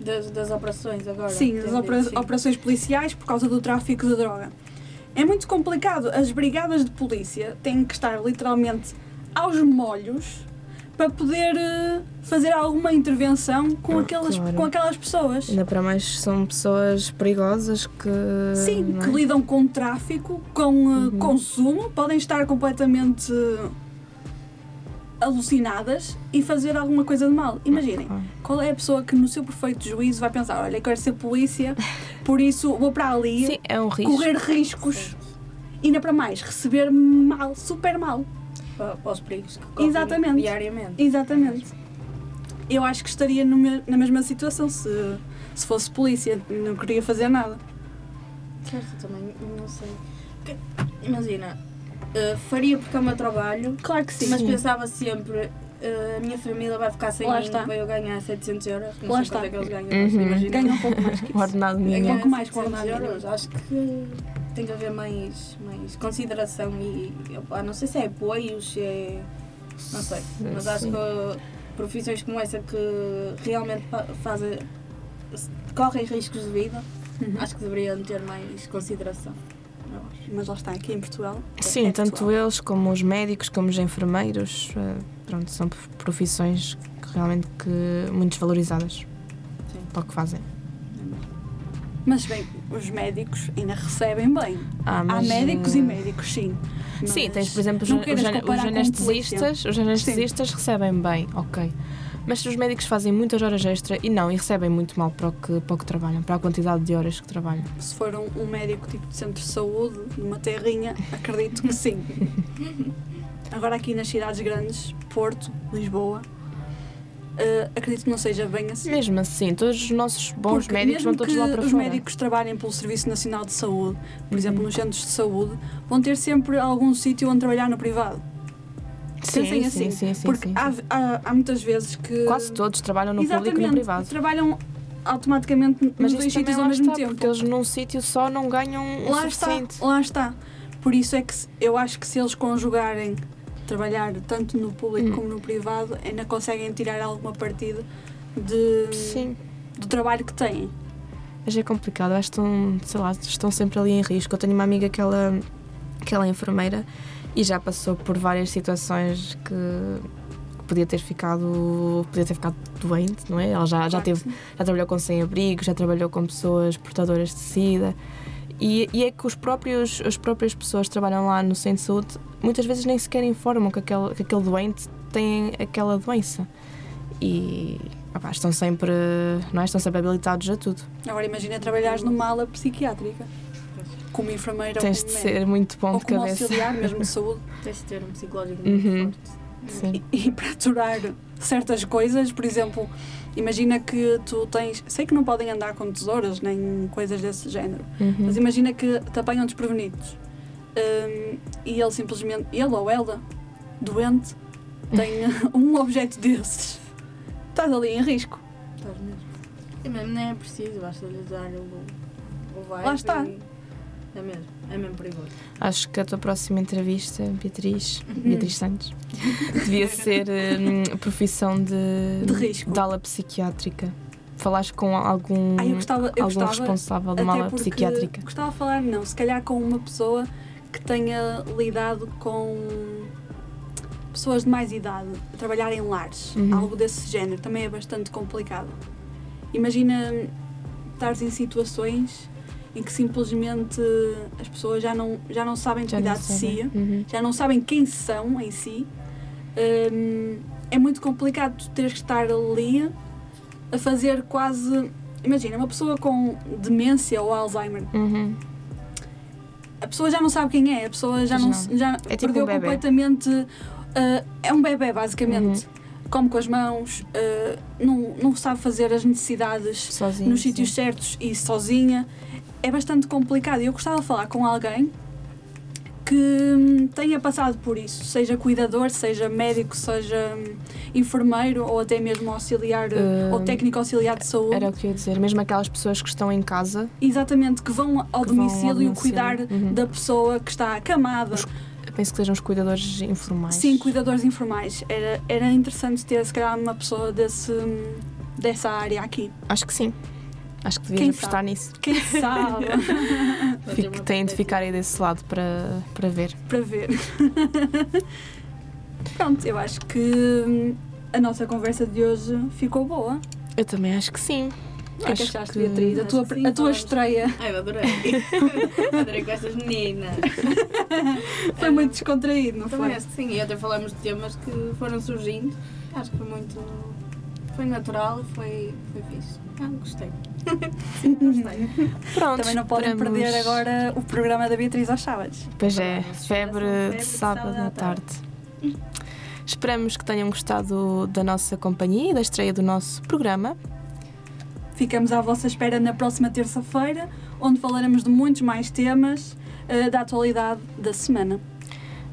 Speaker 3: das, das operações agora.
Speaker 1: Sim, as
Speaker 3: entendi,
Speaker 1: opera-
Speaker 3: sim.
Speaker 1: operações policiais por causa do tráfico de droga. É muito complicado. As brigadas de polícia têm que estar literalmente aos molhos para poder eh, fazer alguma intervenção com,
Speaker 2: Ah,
Speaker 1: aquelas,
Speaker 2: claro.
Speaker 1: com aquelas pessoas.
Speaker 2: Ainda para mais são pessoas perigosas que.
Speaker 1: Sim,
Speaker 2: não é? Uhum.
Speaker 1: que lidam com tráfico, com eh, consumo, podem estar completamente eh, alucinadas e fazer alguma coisa de mal. Imaginem,
Speaker 2: Ah, claro.
Speaker 1: qual é a pessoa que no seu perfeito juízo vai pensar, olha, eu quero ser polícia, por isso vou para ali
Speaker 2: Sim, é um risco.
Speaker 1: correr riscos e ainda para mais receber mal, super mal.
Speaker 3: Para, para os perigos que correm
Speaker 1: Exatamente.
Speaker 3: diariamente.
Speaker 1: Exatamente. Eu acho que estaria no me- na mesma situação se, se fosse polícia, não queria fazer nada.
Speaker 3: Certo, eu também não sei. Que- Imagina, eh, faria porque é o meu trabalho,
Speaker 1: Claro que sim.
Speaker 3: mas pensava sempre. eh, a minha família vai ficar sem
Speaker 1: Lá
Speaker 3: mim
Speaker 1: está.
Speaker 3: para eu ganhar 700 euros. Não
Speaker 1: Lá
Speaker 3: sei
Speaker 1: está.
Speaker 3: quanto é que eles ganham,
Speaker 2: Uhum.
Speaker 3: mas imagina.
Speaker 1: Ganha um pouco mais que
Speaker 2: O
Speaker 1: isso.
Speaker 2: ordenado mínimo.
Speaker 3: Ganhar
Speaker 1: pouco mais um que o
Speaker 3: 700
Speaker 1: ordenado
Speaker 3: euros. Acho que tem que haver mais, mais consideração e. opá, não sei se é apoio, se é. Não sei. Mas acho
Speaker 2: Sim.
Speaker 3: que profissões como essa que realmente pa- fazem. se- correm riscos de vida,
Speaker 1: Uhum.
Speaker 3: acho que deveriam ter mais consideração. Eu acho.
Speaker 1: Mas lá está, aqui em Portugal.
Speaker 2: Sim,
Speaker 1: é
Speaker 2: tanto
Speaker 1: Portugal.
Speaker 2: eles como os médicos, como os enfermeiros, eh, pronto, são profissões que realmente que muito desvalorizadas
Speaker 3: Sim.
Speaker 2: para o que fazem.
Speaker 1: Mas bem, os médicos ainda recebem bem.
Speaker 2: Ah,
Speaker 1: Há
Speaker 2: mas,
Speaker 1: médicos e
Speaker 2: hum,
Speaker 1: médicos, sim.
Speaker 2: Sim,
Speaker 1: Mas
Speaker 2: tens, por exemplo, os,
Speaker 1: não
Speaker 2: os,
Speaker 1: queiras
Speaker 2: ane- os
Speaker 1: comparar com
Speaker 2: anestesistas, os anestesistas recebem bem, ok. Mas se os médicos fazem muitas horas extra e não, e recebem muito mal para o que, para o que trabalham, para a quantidade de horas que trabalham.
Speaker 1: Se for um, um médico tipo de centro de saúde, numa terrinha, acredito que sim. Agora aqui nas cidades grandes, Porto, Lisboa, eh, acredito que não seja bem assim.
Speaker 2: Mesmo assim, todos os nossos bons
Speaker 1: Porque
Speaker 2: médicos
Speaker 1: mesmo
Speaker 2: vão todos
Speaker 1: que
Speaker 2: lá para
Speaker 1: os
Speaker 2: fora. Uhum.
Speaker 1: médicos trabalhem pelo Serviço Nacional de Saúde, por exemplo, nos centros de saúde, vão ter sempre algum sítio onde trabalhar no privado.
Speaker 2: sim,
Speaker 1: Pensem
Speaker 2: sim,
Speaker 1: assim,
Speaker 2: sim, sim,
Speaker 1: porque
Speaker 2: sim.
Speaker 1: Há, há- há muitas vezes que...
Speaker 2: Quase todos trabalham no
Speaker 1: Exatamente,
Speaker 2: público e no privado.
Speaker 1: trabalham automaticamente
Speaker 2: Mas
Speaker 1: nos dois
Speaker 2: isso também
Speaker 1: sítios
Speaker 2: lá
Speaker 1: ao mesmo
Speaker 2: está,
Speaker 1: tempo.
Speaker 2: porque eles num sítio só não ganham o
Speaker 1: lá está,
Speaker 2: É suficiente.
Speaker 1: lá está. Por isso é que se- eu acho que se eles conjugarem trabalhar tanto no público
Speaker 2: Hum.
Speaker 1: como no privado, ainda conseguem tirar alguma partida de,
Speaker 2: Sim.
Speaker 1: do trabalho que têm.
Speaker 2: Mas é complicado, acho que estão, sei lá, estão sempre ali em risco. Eu tenho uma amiga que ela, que ela é enfermeira e já passou por várias situações que que podia ter ficado, podia ter ficado doente, não é? Ela já, já,
Speaker 1: Claro que
Speaker 2: teve, já trabalhou com sem-abrigo, já trabalhou com pessoas portadoras de sida. E, e é que os próprios, as próprias pessoas que trabalham lá no centro de saúde muitas vezes nem sequer informam que aquele, que aquele doente tem aquela doença. E opá, estão sempre, não é? Estão sempre habilitados a tudo.
Speaker 1: Agora imagina trabalhares numa ala psiquiátrica, como enfermeira
Speaker 2: Tens
Speaker 1: ou
Speaker 2: de
Speaker 1: como
Speaker 2: ser muito bom
Speaker 1: médico, ou
Speaker 2: de
Speaker 1: como
Speaker 2: cabeça.
Speaker 1: auxiliar
Speaker 2: [laughs]
Speaker 1: mesmo de saúde.
Speaker 4: Tens de ter um psicológico
Speaker 2: Uhum.
Speaker 4: muito forte.
Speaker 2: Sim.
Speaker 1: E, e para aturar certas coisas, por exemplo, imagina que tu tens. Sei que não podem andar com tesouras nem coisas desse género,
Speaker 2: Uhum.
Speaker 1: Mas imagina que te apanham desprevenidos Hum, e ele simplesmente, ele ou ela, doente, tem um objeto desses. Estás ali em risco.
Speaker 4: Estás mesmo. E mesmo nem é preciso, basta lhe dar o, o vibe.
Speaker 1: Lá está.
Speaker 4: e- É mesmo, é mesmo perigoso.
Speaker 2: Acho que a tua próxima entrevista, Beatriz,
Speaker 1: Uhum.
Speaker 2: Beatriz Santos, devia ser
Speaker 1: [laughs]
Speaker 2: hum, a profissão de,
Speaker 1: De risco.
Speaker 2: de ala psiquiátrica. Falaste com algum,
Speaker 1: Ai, eu gostava, eu
Speaker 2: algum
Speaker 1: gostava
Speaker 2: responsável de uma
Speaker 1: até
Speaker 2: ala
Speaker 1: porque
Speaker 2: psiquiátrica.
Speaker 1: gostava de falar, não, se calhar com uma pessoa que tenha lidado com pessoas de mais idade, a trabalhar em lares,
Speaker 2: Uhum.
Speaker 1: algo desse género, também é bastante complicado. Imagina estares em situações em que simplesmente as pessoas já não, já não sabem
Speaker 2: Já
Speaker 1: cuidar
Speaker 2: não
Speaker 1: de
Speaker 2: sei,
Speaker 1: si,
Speaker 2: né? Uhum.
Speaker 1: já não sabem quem são em si. Hum, é muito complicado tu teres que estar ali a fazer quase. Imagina, uma pessoa com demência ou Alzheimer,
Speaker 2: Uhum.
Speaker 1: a pessoa já não sabe quem é, a pessoa já
Speaker 2: Pois
Speaker 1: não,
Speaker 2: não.
Speaker 1: se- já
Speaker 2: É tipo
Speaker 1: perdeu
Speaker 2: um bebé.
Speaker 1: completamente. ah, é um bebê, basicamente.
Speaker 2: Uhum.
Speaker 1: Come com as mãos, ah, não, não sabe fazer as necessidades
Speaker 2: Sozinho.
Speaker 1: nos
Speaker 2: sim.
Speaker 1: sítios certos e sozinha. É bastante complicado. e Eu gostava de falar com alguém que hum, tenha passado por isso, seja cuidador, seja médico, seja hum, enfermeiro ou até mesmo auxiliar eh,
Speaker 2: Hum,
Speaker 1: ou técnico auxiliar de saúde.
Speaker 2: Era o que eu ia dizer, mesmo aquelas pessoas que estão em casa,
Speaker 1: Exatamente, que vão ao
Speaker 2: Que vão ao
Speaker 1: domicílio
Speaker 2: domicílio,
Speaker 1: cuidar
Speaker 2: uhum.
Speaker 1: da pessoa que está acamada.
Speaker 2: penso que sejam os cuidadores informais.
Speaker 1: Sim, cuidadores informais. Era, era interessante ter, se calhar, uma pessoa desse, hum, dessa área aqui.
Speaker 2: Acho que sim. Acho que
Speaker 1: Quem
Speaker 2: devias apostar nisso.
Speaker 1: Quem sabe?
Speaker 2: [laughs]
Speaker 4: Para ter uma
Speaker 2: Fico, têm de
Speaker 4: perspectiva.
Speaker 2: ficar aí desse lado para, para ver.
Speaker 1: para ver. [laughs] Pronto, eu acho que hum, a nossa conversa de hoje ficou boa.
Speaker 2: Eu também acho que sim.
Speaker 1: O que é que achaste, Beatriz? A
Speaker 4: acho
Speaker 1: tua,
Speaker 4: que sim,
Speaker 1: a tua
Speaker 4: falamos.
Speaker 1: estreia
Speaker 3: [laughs]
Speaker 4: Ai, eu adorei. [laughs] adorei com estas meninas. É,
Speaker 1: foi muito descontraída, não
Speaker 4: Também
Speaker 1: foi?
Speaker 3: é.
Speaker 4: acho que sim, e até falamos de temas que foram surgindo. Acho que foi muito. Foi natural e foi, foi fixe. Ah, gostei. [laughs] gostei.
Speaker 2: Pronto,
Speaker 1: Também não podem
Speaker 2: esperamos-
Speaker 1: perder agora o programa da Beatriz aos sábados.
Speaker 2: Pois é,
Speaker 4: Esperamos
Speaker 2: febre,
Speaker 4: febre
Speaker 2: de
Speaker 4: de
Speaker 2: sábado
Speaker 4: sábado
Speaker 2: à
Speaker 4: à
Speaker 2: tarde.
Speaker 4: tarde.
Speaker 2: Esperamos que tenham gostado da nossa companhia e da estreia do nosso programa.
Speaker 1: Ficamos à vossa espera na próxima terça-feira, onde falaremos de muitos mais temas eh, da atualidade da semana.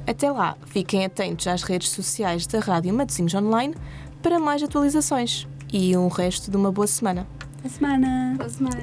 Speaker 2: Até lá, fiquem atentos às redes sociais da Rádio Matosinhos Online para mais atualizações. E um resto de uma boa semana.
Speaker 1: A semana!
Speaker 4: Boa semana.